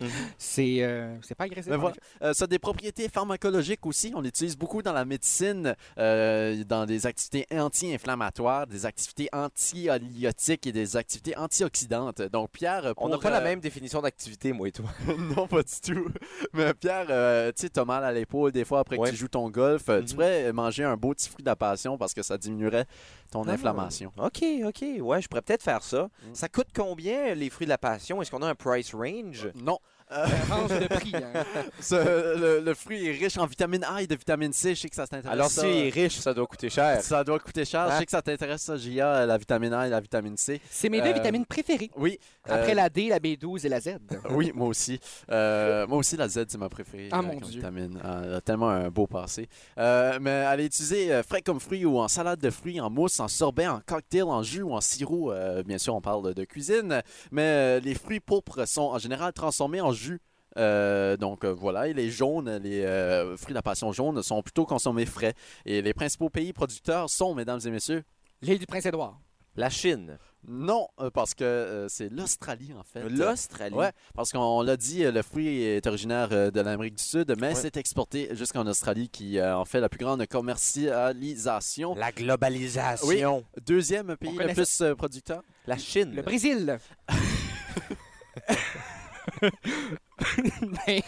Speaker 8: Mm-hmm.
Speaker 1: Mm-hmm.
Speaker 3: c'est euh, c'est pas agressif.
Speaker 4: Ben
Speaker 3: en
Speaker 4: voilà.
Speaker 3: effet.
Speaker 4: Euh, ça a des propriétés pharmacologiques aussi. On l'utilise beaucoup dans la médecine, euh, dans des activités anti-inflammatoires, des activités anti-oliotiques et des activités antioxydantes. Donc, Pierre,
Speaker 8: On n'a
Speaker 4: pour,
Speaker 8: pas la
Speaker 4: euh,
Speaker 8: même définition d'activité, moi et toi.
Speaker 4: [laughs] non, pas du tout. Mais Pierre, euh, tu sais, t'as mal à l'épaule des fois après
Speaker 8: Ouais.
Speaker 4: que tu joues ton golf. euh, Tu
Speaker 8: Mhm.
Speaker 4: pourrais manger un beau petit fruit de la passion parce que ça diminuerait ton
Speaker 8: Ah.
Speaker 4: inflammation.
Speaker 8: [laughs] OK, OK. Ouais, je pourrais peut-être faire ça. Ça coûte combien, les fruits de la passion? Est-ce qu'on a un price range?
Speaker 4: Non,
Speaker 3: Range Euh, de prix.
Speaker 8: [laughs]
Speaker 3: hein.
Speaker 4: Ce- le, le fruit est riche en vitamine A et de vitamine C. Je sais que ça t'intéresse.
Speaker 8: Alors,
Speaker 4: ça.
Speaker 8: si il est riche, ça doit coûter cher.
Speaker 4: Ça doit coûter cher.
Speaker 8: Hein?
Speaker 4: Je sais que ça t'intéresse, ça, Gia, la vitamine A et la vitamine C.
Speaker 3: C'est mes deux
Speaker 4: Euh,
Speaker 3: vitamines préférées.
Speaker 4: Oui. euh,
Speaker 3: Après la D, la B12 et la Z.
Speaker 4: [laughs] Oui, moi aussi. Euh, moi aussi, la Z, c'est ma préférée.
Speaker 3: Ah,
Speaker 4: euh,
Speaker 3: mon
Speaker 4: comme
Speaker 3: Dieu.
Speaker 4: vitamine. Ah, elle a tellement un beau passé. Euh, mais elle est utilisée euh, frais comme fruit ou en salade de fruits, en mousse, en sorbet, en cocktail, en jus ou en sirop. Euh, bien sûr, on parle de cuisine. Mais euh, les fruits pourpres sont en général transformés en jus. Euh, donc euh, voilà, et les jaunes, les euh, fruits de la passion jaune sont plutôt consommés frais. Et les principaux pays producteurs sont, mesdames et messieurs,
Speaker 3: L'île du Prince-Édouard.
Speaker 8: La Chine.
Speaker 4: non, euh, parce que euh, c'est l'Australie en fait.
Speaker 8: L'Australie.
Speaker 4: Ouais, parce qu'on on l'a dit, euh, le fruit est originaire euh, de l'Amérique du Sud, mais
Speaker 8: Ouais.
Speaker 4: c'est exporté jusqu'en Australie, qui euh, en fait la plus grande commercialisation.
Speaker 8: La globalisation.
Speaker 4: Deuxième pays le
Speaker 3: connaît
Speaker 4: plus euh, producteur.
Speaker 8: La Chine.
Speaker 3: Le Brésil. Ben,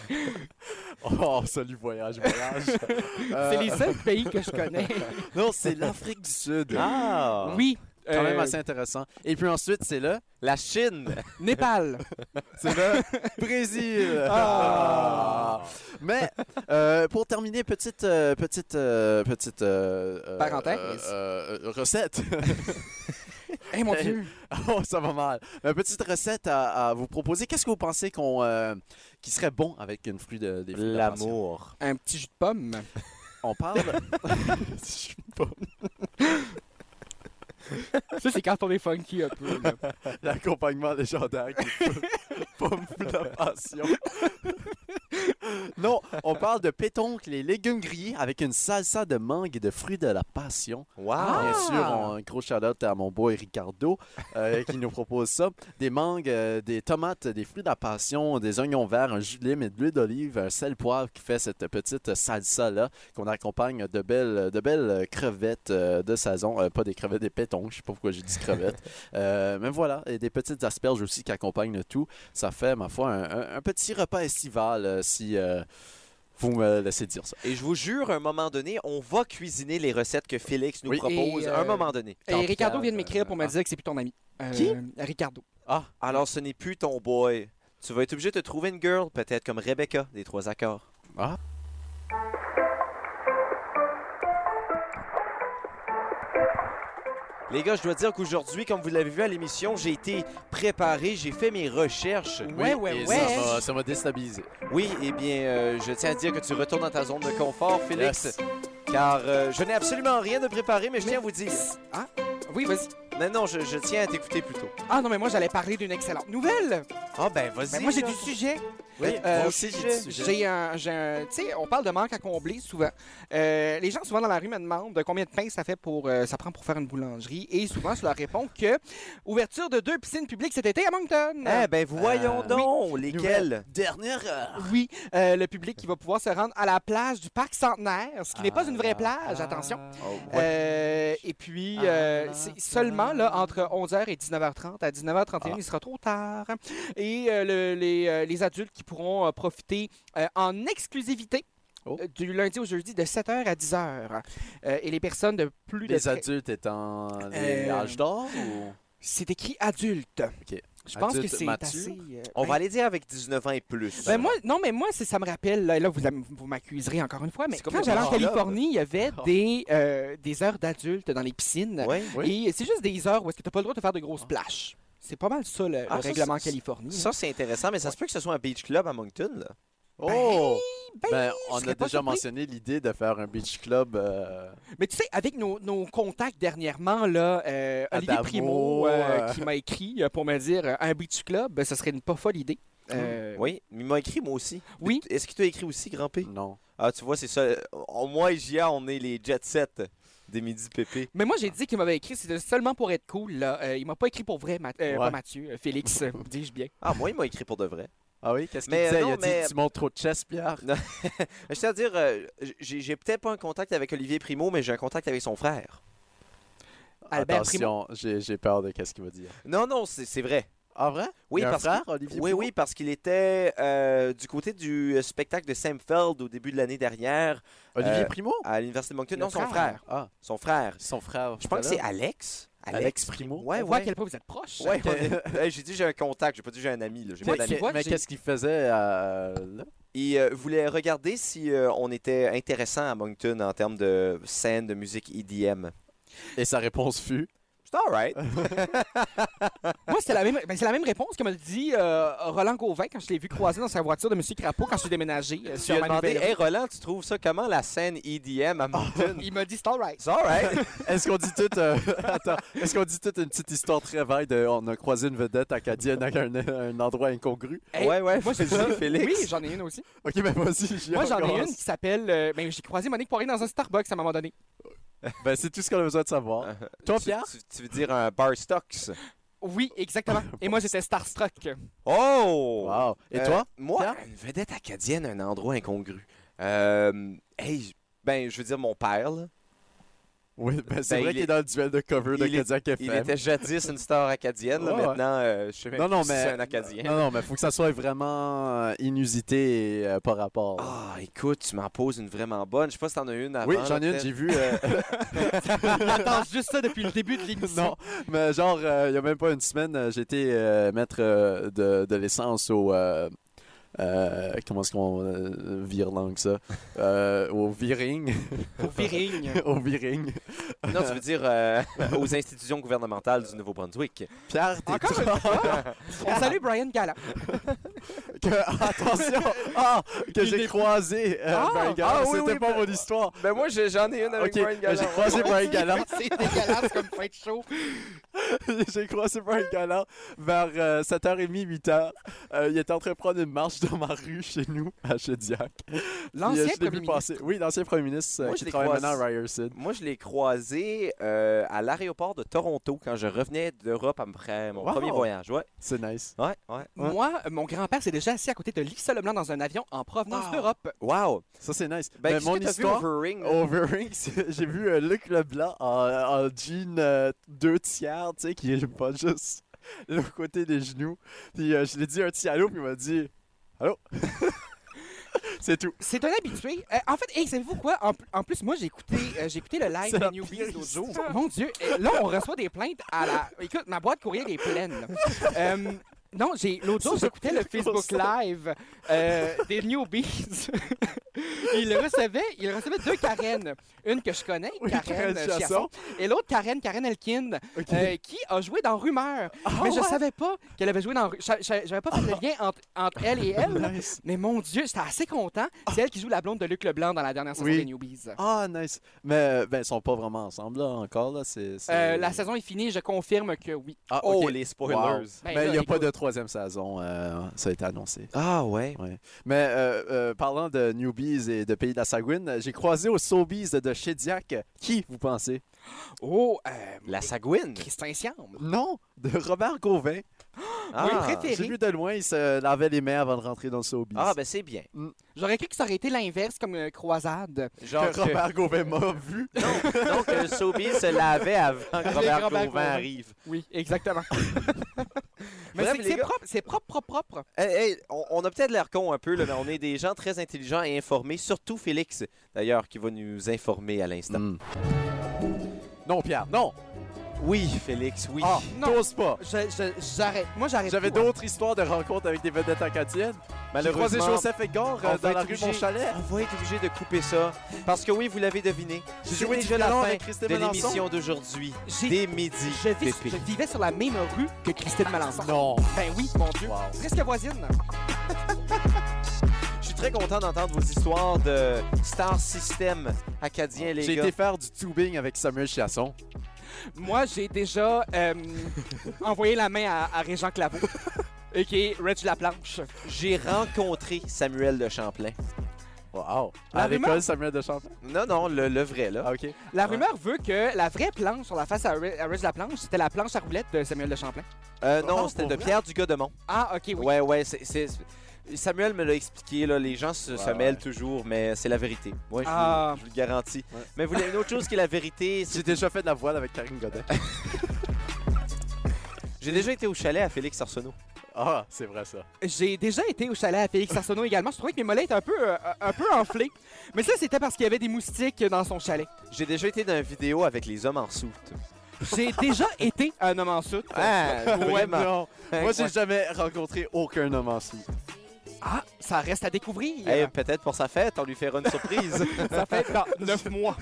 Speaker 4: Oh, salut, voyage, [laughs] voyage. Euh,
Speaker 8: Euh.
Speaker 3: c'est les seuls pays que je connais.
Speaker 4: Non, c'est l'Afrique du Sud.
Speaker 8: [laughs] Ah!
Speaker 3: Oui.
Speaker 4: Quand même
Speaker 3: euh,
Speaker 4: assez intéressant. Et puis ensuite, c'est le
Speaker 8: La Chine.
Speaker 3: Népal.
Speaker 4: C'est
Speaker 3: [laughs]
Speaker 4: le Brésil.
Speaker 3: Ah.
Speaker 4: Mais euh, pour terminer, petite euh, petite euh, petite euh, euh,
Speaker 3: Parenthèse.
Speaker 4: euh, euh, recette. [laughs]
Speaker 3: Eh [laughs] mon Dieu.
Speaker 4: Oh, ça va mal. Une petite recette à, à vous proposer. Qu'est-ce que vous pensez qu'on euh, qui serait bon avec une fruit de des fruits de la passion?
Speaker 8: L'amour.
Speaker 3: Un petit jus de pomme.
Speaker 4: On parle. [laughs]
Speaker 3: Ça, c'est quand on est funky un peu. là.
Speaker 4: L'accompagnement légendaire qui [laughs] est pomme fruit de la passion. non, on parle de pétoncle les légumes grillés avec une salsa de mangue et de fruits de la passion.
Speaker 8: Wow!
Speaker 1: Ah!
Speaker 4: Bien sûr, on- un gros shout-out à mon boy Ricardo euh, qui nous propose ça. Des mangues, euh, des tomates, des fruits de la passion, des oignons verts, un jus de lime et de l'huile d'olive, un sel poivre qui fait cette petite salsa-là qu'on accompagne de belles, de belles crevettes euh, de saison. Euh, pas des crevettes, des pétons, je sais pas pourquoi j'ai dit crevettes. Euh, mais voilà, et des petites asperges aussi qui accompagnent le tout. Ça fait, ma foi, un, un- un petit repas estival euh, si... euh, vous me laissez dire ça.
Speaker 8: Et je vous jure, à un moment donné, on va cuisiner les recettes que Félix nous
Speaker 4: Oui.
Speaker 8: propose.
Speaker 3: Et,
Speaker 8: À
Speaker 3: euh,
Speaker 8: un moment donné.
Speaker 3: [laughs] Et Ricardo vient de
Speaker 4: euh,
Speaker 3: m'écrire pour me
Speaker 4: ah.
Speaker 3: dire que c'est plus ton ami. Euh,
Speaker 8: Qui?
Speaker 3: Ricardo.
Speaker 8: Ah, alors ce n'est plus ton boy. Tu vas être obligé de te trouver une girl, peut-être comme Rebecca des Trois Accords.
Speaker 4: Ah.
Speaker 8: Les gars, je dois dire qu'aujourd'hui, comme vous l'avez vu à l'émission, j'ai été préparé, j'ai fait mes recherches.
Speaker 3: Ouais, ouais,
Speaker 4: et
Speaker 3: ouais.
Speaker 4: ça m'a- Ça m'a déstabilisé.
Speaker 8: Oui, eh bien, euh, je tiens à dire que tu retournes dans ta zone de confort, Félix,
Speaker 4: Yes.
Speaker 8: car euh, je n'ai absolument rien de préparé, mais je
Speaker 3: Mais-
Speaker 8: tiens à vous dire
Speaker 3: Oui, vas-y.
Speaker 9: Non, non, je, je tiens à t'écouter plutôt.
Speaker 3: Ah non, mais moi, j'allais parler d'une excellente nouvelle.
Speaker 9: Ah, ben, vas-y.
Speaker 3: Mais moi, j'ai
Speaker 9: là.
Speaker 3: du sujet.
Speaker 9: Oui,
Speaker 3: Euh,
Speaker 9: moi aussi, j'ai du sujet.
Speaker 3: J'ai un, j'ai un- tu sais, on parle de manque à combler souvent. Euh, les gens souvent dans la rue me demandent de combien de pain ça fait pour, euh, ça prend pour faire une boulangerie, et souvent je leur réponds que ouverture de deux piscines publiques cet été à Moncton.
Speaker 1: Eh ben voyons
Speaker 4: Euh,
Speaker 1: donc, lesquels?
Speaker 4: Dernière heure.
Speaker 3: Oui, euh, le public qui va pouvoir se rendre à la plage du parc Centenaire, ce qui n'est pas une
Speaker 4: Ah.
Speaker 3: vraie plage, attention.
Speaker 4: Oh,
Speaker 3: Euh, et puis, euh,
Speaker 4: ah,
Speaker 3: c'est seulement là, entre 11h et 19h30. À 19h31,
Speaker 4: Ah.
Speaker 3: il sera trop tard. Et euh, le- les, euh, les adultes qui pourront euh, profiter euh, en exclusivité
Speaker 4: Oh.
Speaker 3: euh, du lundi au jeudi de 7h à 10h. Euh, et les personnes de plus de...
Speaker 4: Les
Speaker 3: tre-
Speaker 4: adultes étant les
Speaker 3: Euh,
Speaker 4: âges d'or ou...
Speaker 3: C'est écrit adulte.
Speaker 4: Ok.
Speaker 3: Je pense que
Speaker 4: Adulte
Speaker 3: c'est
Speaker 4: mature.
Speaker 3: assez... euh,
Speaker 1: On
Speaker 3: ben,
Speaker 1: va aller dire avec 19 ans et plus.
Speaker 3: Ben moi, non, mais moi, c'est- ça me rappelle, là, là, vous, am- vous m'accuserez encore une fois, mais
Speaker 9: C'est comme
Speaker 3: quand
Speaker 9: le
Speaker 3: j'allais en
Speaker 9: Bar Club.
Speaker 3: Californie, il y avait des, euh, des heures d'adultes dans les piscines.
Speaker 1: Oui.
Speaker 3: Et c'est juste des heures où est-ce que tu pas le droit de faire de grosses plages. C'est pas mal ça, le,
Speaker 1: Ah,
Speaker 3: le
Speaker 1: ça,
Speaker 3: règlement en
Speaker 1: c'est-
Speaker 3: Californie.
Speaker 1: Ça, c'est intéressant, mais ça se peut que ce soit un beach club à Moncton, là.
Speaker 4: Oh!
Speaker 3: ben,
Speaker 4: Ben,
Speaker 3: je
Speaker 4: on
Speaker 3: serais
Speaker 4: a
Speaker 3: pas
Speaker 4: déjà
Speaker 3: surpris.
Speaker 4: mentionné l'idée de faire un beach club euh,
Speaker 3: Mais tu sais, avec nos, nos contacts dernièrement, là, euh,
Speaker 4: À
Speaker 3: Olivier
Speaker 4: Damo,
Speaker 3: Primo, euh,
Speaker 4: euh.
Speaker 3: qui m'a écrit euh, pour me dire euh, un beach club, ben, ce serait une pas folle idée.
Speaker 4: Ben
Speaker 3: Euh,
Speaker 1: Oui, il m'a écrit, moi aussi.
Speaker 3: Oui.
Speaker 1: Mais Est-ce que tu as écrit aussi, Grand P?
Speaker 4: Non.
Speaker 1: Ah, tu vois, c'est ça. euh, on- Moi et Gia, on est les jet set des midi pépé.
Speaker 3: Mais moi, j'ai dit qu'il m'avait écrit, c'était seulement pour être cool. Là. Euh, il m'a pas écrit pour vrai, Ma- euh,
Speaker 4: Ouais.
Speaker 3: pas Mathieu, euh, Félix, euh, dis-je bien.
Speaker 1: Ah, moi, il m'a écrit pour de vrai.
Speaker 4: Ah oui? Qu'est-ce qu'il
Speaker 1: Mais,
Speaker 4: disait?
Speaker 1: euh,
Speaker 4: Il
Speaker 1: non,
Speaker 4: a dit
Speaker 1: mais-
Speaker 4: Tu montes trop de chess, Pierre.
Speaker 1: Je tiens à dire, euh, j'ai j'ai peut-être pas un contact avec Olivier Primo, mais j'ai un contact avec son frère.
Speaker 3: Albert
Speaker 4: Attention, j'ai j'ai peur de qu'est-ce qu'il va dire.
Speaker 1: Non, non, c'est c'est vrai.
Speaker 4: Ah, vrai?
Speaker 1: Oui,
Speaker 4: Il y a un
Speaker 1: parce
Speaker 4: frère,
Speaker 1: que-
Speaker 4: Olivier
Speaker 1: Oui,
Speaker 4: Primo?
Speaker 1: oui, parce qu'il était euh, du côté du euh, spectacle de Samfeld au début de l'année dernière
Speaker 4: Olivier
Speaker 1: Euh,
Speaker 4: Primo?
Speaker 1: à l'Université de Moncton.
Speaker 3: Le
Speaker 1: Non, son
Speaker 3: frère.
Speaker 1: frère.
Speaker 4: Ah,
Speaker 1: Son frère.
Speaker 4: son frère.
Speaker 1: Je pense que c'est
Speaker 4: Alex.
Speaker 1: Alex.
Speaker 4: Primo.
Speaker 1: Ouais,
Speaker 3: On voit à
Speaker 1: ouais.
Speaker 3: quel point vous êtes proches.
Speaker 1: Ouais, [laughs] on est- Hey, j'ai dit j'ai un contact, j'ai pas dit j'ai un ami. là, J'ai
Speaker 4: Mais
Speaker 1: pas d'amis.
Speaker 4: qu'est-
Speaker 3: vois,
Speaker 4: mais
Speaker 3: j'ai-
Speaker 4: qu'est-ce qu'il faisait euh, là?
Speaker 1: Il euh, voulait regarder si euh, on était intéressant à Moncton en termes de scène de musique E EDM.
Speaker 4: Et sa réponse fut
Speaker 1: C'est alright.
Speaker 3: [laughs] Moi, c'est la, même- ben, c'est la même réponse que m'a dit euh, Roland Gauvin quand je l'ai vu croiser dans sa voiture de M. Crapaud quand je suis déménagé euh,
Speaker 1: Tu
Speaker 3: sur
Speaker 1: lui
Speaker 3: ma
Speaker 1: as demandé,
Speaker 3: nouvelle
Speaker 1: hey Roland, tu trouves ça comment la scène EDM à Moncton?
Speaker 3: route. Il m'a dit [laughs] c'est all right.
Speaker 1: C'est alright. [laughs]
Speaker 4: Est-ce qu'on dit toute euh, [laughs] attends, est-ce qu'on dit toute une petite histoire très vague de on a croisé une vedette acadienne à un, un endroit incongru
Speaker 3: Hey,
Speaker 1: ouais, ouais, [laughs]
Speaker 3: Moi, j'ai
Speaker 1: vas-y, Félix.
Speaker 3: Oui, j'en ai une aussi.
Speaker 4: OK, ben, mais vas-y, j'y
Speaker 3: Moi, j'en ai
Speaker 4: recommence.
Speaker 3: une qui s'appelle. euh, ben, j'ai croisé Monique Poirier dans un Starbucks à un moment donné.
Speaker 4: Ben c'est tout ce qu'on a besoin de savoir.
Speaker 1: Euh,
Speaker 4: Toi
Speaker 1: Tu-
Speaker 4: Pierre
Speaker 1: tu, tu veux dire un bar stocks?
Speaker 3: Oui, exactement. Et moi,
Speaker 1: [laughs]
Speaker 3: j'étais starstruck.
Speaker 1: Oh!
Speaker 4: Wow. Et
Speaker 1: Euh,
Speaker 4: toi
Speaker 1: Moi, une vedette acadienne, un endroit incongru. Euh, hey, ben, je veux dire, mon père, là,
Speaker 4: Oui, ben c'est
Speaker 1: ben,
Speaker 4: vrai
Speaker 1: il
Speaker 4: qu'il est
Speaker 1: est-
Speaker 4: dans le duel de cover de
Speaker 1: il est-
Speaker 4: Kodiak
Speaker 1: il
Speaker 4: FM.
Speaker 1: était jadis une star acadienne. là,
Speaker 4: Ouais, ouais.
Speaker 1: maintenant, euh, je sais même
Speaker 4: Non non
Speaker 1: plus si
Speaker 4: mais
Speaker 1: c'est un acadien.
Speaker 4: Non non, mais faut que ça soit vraiment euh, inusité et euh, par rapport. là.
Speaker 1: Ah, écoute, tu m'en poses une vraiment bonne. Je sais pas si t'en as une avant.
Speaker 4: oui,
Speaker 1: là,
Speaker 4: j'en ai une,
Speaker 1: peut-être.
Speaker 4: j'ai vu euh, [laughs]
Speaker 3: Il attend juste ça depuis le début de l'émission.
Speaker 4: Non, mais genre, euh, il n'y a même pas une semaine, euh, j'étais euh, maître euh, de, de l'essence au. euh, euh, comment est-ce qu'on euh, vire langue ça Euh, Au viring. [laughs]
Speaker 1: [laughs]
Speaker 3: Pour Viring.
Speaker 4: au viring.
Speaker 1: Non, tu veux dire euh, [laughs] aux institutions gouvernementales du Nouveau-Brunswick.
Speaker 4: Pierre, t'es
Speaker 3: Encore une fois, on salue Euh, Brian Gallant.
Speaker 4: que- [laughs] Attention Ah Que
Speaker 3: Il
Speaker 4: j'ai
Speaker 3: est-
Speaker 4: croisé euh,
Speaker 3: Ah!
Speaker 4: Brian Galland.
Speaker 1: Ah oui,
Speaker 4: C'était
Speaker 1: oui,
Speaker 4: pas
Speaker 1: ben-
Speaker 4: mon histoire.
Speaker 1: Ben, moi, j'ai- j'en ai une
Speaker 4: Ok, ben, j'ai croisé Brian Galland.
Speaker 3: [laughs] C'est dégueulasse comme fin de show.
Speaker 4: [laughs] j'ai croisé Brian Galland vers euh, 7h30, 8h. Euh, il était en train de prendre une marche dans ma rue chez nous, à Chediac.
Speaker 3: L'ancien
Speaker 4: Puis, euh, je l'ai
Speaker 3: premier
Speaker 4: vu passer. Oui, l'ancien premier ministre euh,
Speaker 1: Moi, je
Speaker 4: qui
Speaker 1: l'ai
Speaker 4: travaille
Speaker 1: croisé.
Speaker 4: maintenant à Ryerson.
Speaker 1: Moi, je l'ai croisé euh, à l'aéroport de Toronto quand je revenais d'Europe après mon
Speaker 4: Wow.
Speaker 1: premier voyage. Ouais,
Speaker 4: C'est nice.
Speaker 1: ouais, ouais.
Speaker 4: Ouais.
Speaker 3: Moi, euh, mon grand-père s'est déjà assis à côté de Lisa Leblanc dans un avion en provenance d'Eupe.
Speaker 1: Wow.
Speaker 4: Ça, c'est nice.
Speaker 1: Ben,
Speaker 4: Mais
Speaker 1: qu'est-ce
Speaker 4: mon
Speaker 1: que t'as
Speaker 4: histoire. Oh,
Speaker 1: vu
Speaker 4: [laughs]
Speaker 1: Overing?
Speaker 4: Au Overing, c'est- j'ai vu euh, Luc Leblanc en, en jean euh, deux tiers, tu sais, qui est pas juste [laughs] le côté des genoux. Puis euh, je l'ai dit un petit allô, puis il m'a dit Allô [laughs] C'est tout.
Speaker 3: C'est un habitué. Euh, en fait, hey, savez-vous quoi? En, pl- en plus, moi, j'ai écouté, euh, j'ai
Speaker 4: [laughs]
Speaker 3: écouté le live
Speaker 4: C'est la
Speaker 3: de Newbies l'autre jour. Mon Dieu, euh, là, on reçoit des plaintes à
Speaker 4: [laughs]
Speaker 3: la... Écoute, ma boîte courriel est pleine. là. Euh, non, j'ai l'autre jour, j'écoutais le Facebook Live euh, des Newbies. [laughs] il recevait, il recevait deux Karen. Une que je connais, Karen, euh,
Speaker 4: Karen
Speaker 3: Chiasson,
Speaker 4: Chiasson.
Speaker 3: et l'autre Karen, Karen
Speaker 4: [laughs]
Speaker 3: Elkin, euh, qui a joué dans Rumeur.
Speaker 4: Ah
Speaker 3: mais je savais pas qu'elle avait joué dans Ru- je- je- J'avais pas fait le lien entre, entre elle et elle. là. Mais mon Dieu, j'étais assez content. C'est elle qui joue la blonde de Luc Leblanc dans la dernière saison
Speaker 4: Oui.
Speaker 3: des Newbies. Euh,
Speaker 4: Ah, nice. Mais euh, ben, ils sont pas vraiment ensemble là, encore. Là. c'est c'est-
Speaker 3: Euh, la saison est finie, je confirme que oui.
Speaker 4: Ah, ok.
Speaker 10: Oh, les spoilers.
Speaker 3: Ben
Speaker 4: mais
Speaker 3: là,
Speaker 4: il n'y a
Speaker 3: écoute,
Speaker 4: pas de troisième saison. euh, ça a été annoncé.
Speaker 1: Ah ouais.
Speaker 4: Ouais. Mais euh, euh, parlant de Newbies et de Pays de la Sagouine, euh, j'ai croisé au Sobees de Shediac. Qui, vous pensez?
Speaker 3: Oh, euh,
Speaker 1: La Sagouine.
Speaker 3: Christin Siam.
Speaker 4: Non, de Robert Gauvin.
Speaker 1: Ah,
Speaker 3: préféré.
Speaker 4: J'ai vu de loin, il se lavait les mains avant de rentrer dans le Sobees.
Speaker 1: ah ben c'est bien.
Speaker 3: J'aurais cru que ça aurait été l'inverse comme euh, croisade.
Speaker 1: Genre
Speaker 4: que Robert Gauvin m'a
Speaker 1: [laughs]
Speaker 4: vu.
Speaker 1: Donc, le Sobeys se lavait avant que
Speaker 3: Avec
Speaker 1: Robert
Speaker 3: Robert
Speaker 1: Gauvin
Speaker 3: Gauvin.
Speaker 1: arrive.
Speaker 3: Oui, exactement. [laughs] Mais
Speaker 1: Bref,
Speaker 3: c'est-
Speaker 1: les
Speaker 3: c'est
Speaker 1: gars.
Speaker 3: propre, c'est propre, propre, propre.
Speaker 1: Hey, hey, on, on a peut-être l'air con un peu, là, mais on est des gens très intelligents et informés, surtout Félix, d'ailleurs, qui va nous informer à l'instant.
Speaker 4: Mm. Non, Pierre, non.
Speaker 1: Oui, Félix, oui.
Speaker 4: Ah,
Speaker 3: Non.
Speaker 4: t'oses pas.
Speaker 3: Je- je- J'arrête. Moi, j'arrête.
Speaker 4: J'avais
Speaker 3: tout, hein.
Speaker 4: d'autres histoires de rencontres avec des vedettes acadiennes. J'ai croisé
Speaker 1: Malheureusement,
Speaker 4: Joseph Edgar
Speaker 1: on
Speaker 4: euh,
Speaker 1: va
Speaker 4: dans la
Speaker 1: être
Speaker 4: rue
Speaker 1: obligé-
Speaker 4: Mon Chalet.
Speaker 1: on va être obligé de couper ça, parce que oui, vous l'avez deviné,
Speaker 4: J'ai
Speaker 1: c'est
Speaker 4: joué du
Speaker 1: déjà la
Speaker 4: violon
Speaker 1: fin
Speaker 4: avec Christine
Speaker 1: de
Speaker 4: Melançon.
Speaker 1: l'émission d'aujourd'hui,
Speaker 3: J'ai-
Speaker 1: des midis.
Speaker 3: Je, vis-
Speaker 1: pépés.
Speaker 3: je vivais sur la même rue que Christine
Speaker 1: Ah,
Speaker 3: Malençon.
Speaker 4: Non.
Speaker 3: Ben oui, mon Dieu.
Speaker 4: Wow.
Speaker 3: Presque voisine.
Speaker 1: Je suis très content d'entendre vos histoires de Star System acadien, les
Speaker 4: J'ai
Speaker 1: gars.
Speaker 4: été faire du tubing avec Samuel Chiasson.
Speaker 3: Moi, j'ai déjà euh, envoyé la main à, à Régent Claveau. [laughs] Et qui est Reg Laplanche.
Speaker 1: J'ai rencontré Samuel de Champlain.
Speaker 4: Wow.
Speaker 3: La
Speaker 4: À l'école,
Speaker 3: rumeur-
Speaker 4: Samuel de Champlain.
Speaker 1: Non, non, le, le vrai, là. [laughs]
Speaker 4: Ah, OK.
Speaker 3: La
Speaker 1: Ouais.
Speaker 3: rumeur veut que la vraie planche sur la face à, Re- à Reg Laplanche, c'était la planche à roulette de Samuel de Champlain.
Speaker 1: Euh,
Speaker 4: Ah,
Speaker 1: non,
Speaker 4: pour
Speaker 1: c'était de
Speaker 4: vrai?
Speaker 1: Pierre du Godemont.
Speaker 3: Ah, ok, oui.
Speaker 1: Ouais, ouais, c'est- c'est. Samuel me l'a expliqué, là, les gens se,
Speaker 4: Ouais,
Speaker 1: se mêlent
Speaker 4: ouais.
Speaker 1: toujours, mais c'est la vérité. Moi, je, vous-
Speaker 3: Ah.
Speaker 1: je vous, le garantis.
Speaker 4: Ouais.
Speaker 1: Mais vous voulez une autre chose qui est la vérité? c'est-
Speaker 4: J'ai déjà fait de la voile avec Karine
Speaker 1: [laughs]
Speaker 4: Godet.
Speaker 1: J'ai déjà été au chalet à Félix Arsenault.
Speaker 4: ah, c'est vrai ça.
Speaker 3: J'ai déjà été au chalet à Félix Arsenault également. Je trouvais que mes mollets étaient un peu, euh, un peu enflés. Mais ça, c'était parce qu'il y avait des moustiques dans son chalet.
Speaker 1: J'ai déjà été dans une vidéo avec les hommes en soute.
Speaker 3: J'ai déjà été un homme en soute.
Speaker 1: Ah, vraiment.
Speaker 4: Non. Moi, j'ai jamais rencontré aucun homme en slip.
Speaker 3: Ah, ça reste à découvrir.
Speaker 1: Eh, peut-être pour sa fête, on lui fera une
Speaker 4: [laughs]
Speaker 1: surprise.
Speaker 3: Ça fait dans neuf mois.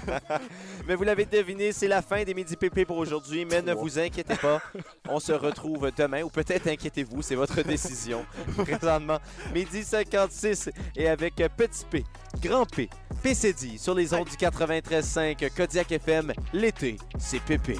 Speaker 1: mais vous l'avez deviné, c'est la fin des Midi PP pour aujourd'hui, mais ne
Speaker 4: Wow.
Speaker 1: vous inquiétez pas. On se retrouve demain, ou peut-être inquiétez-vous, c'est votre décision. Présentement, midi 56, et avec Petit P, Grand P, PCD, sur les ondes du 93.5, Kodiak FM, l'été, c'est PP.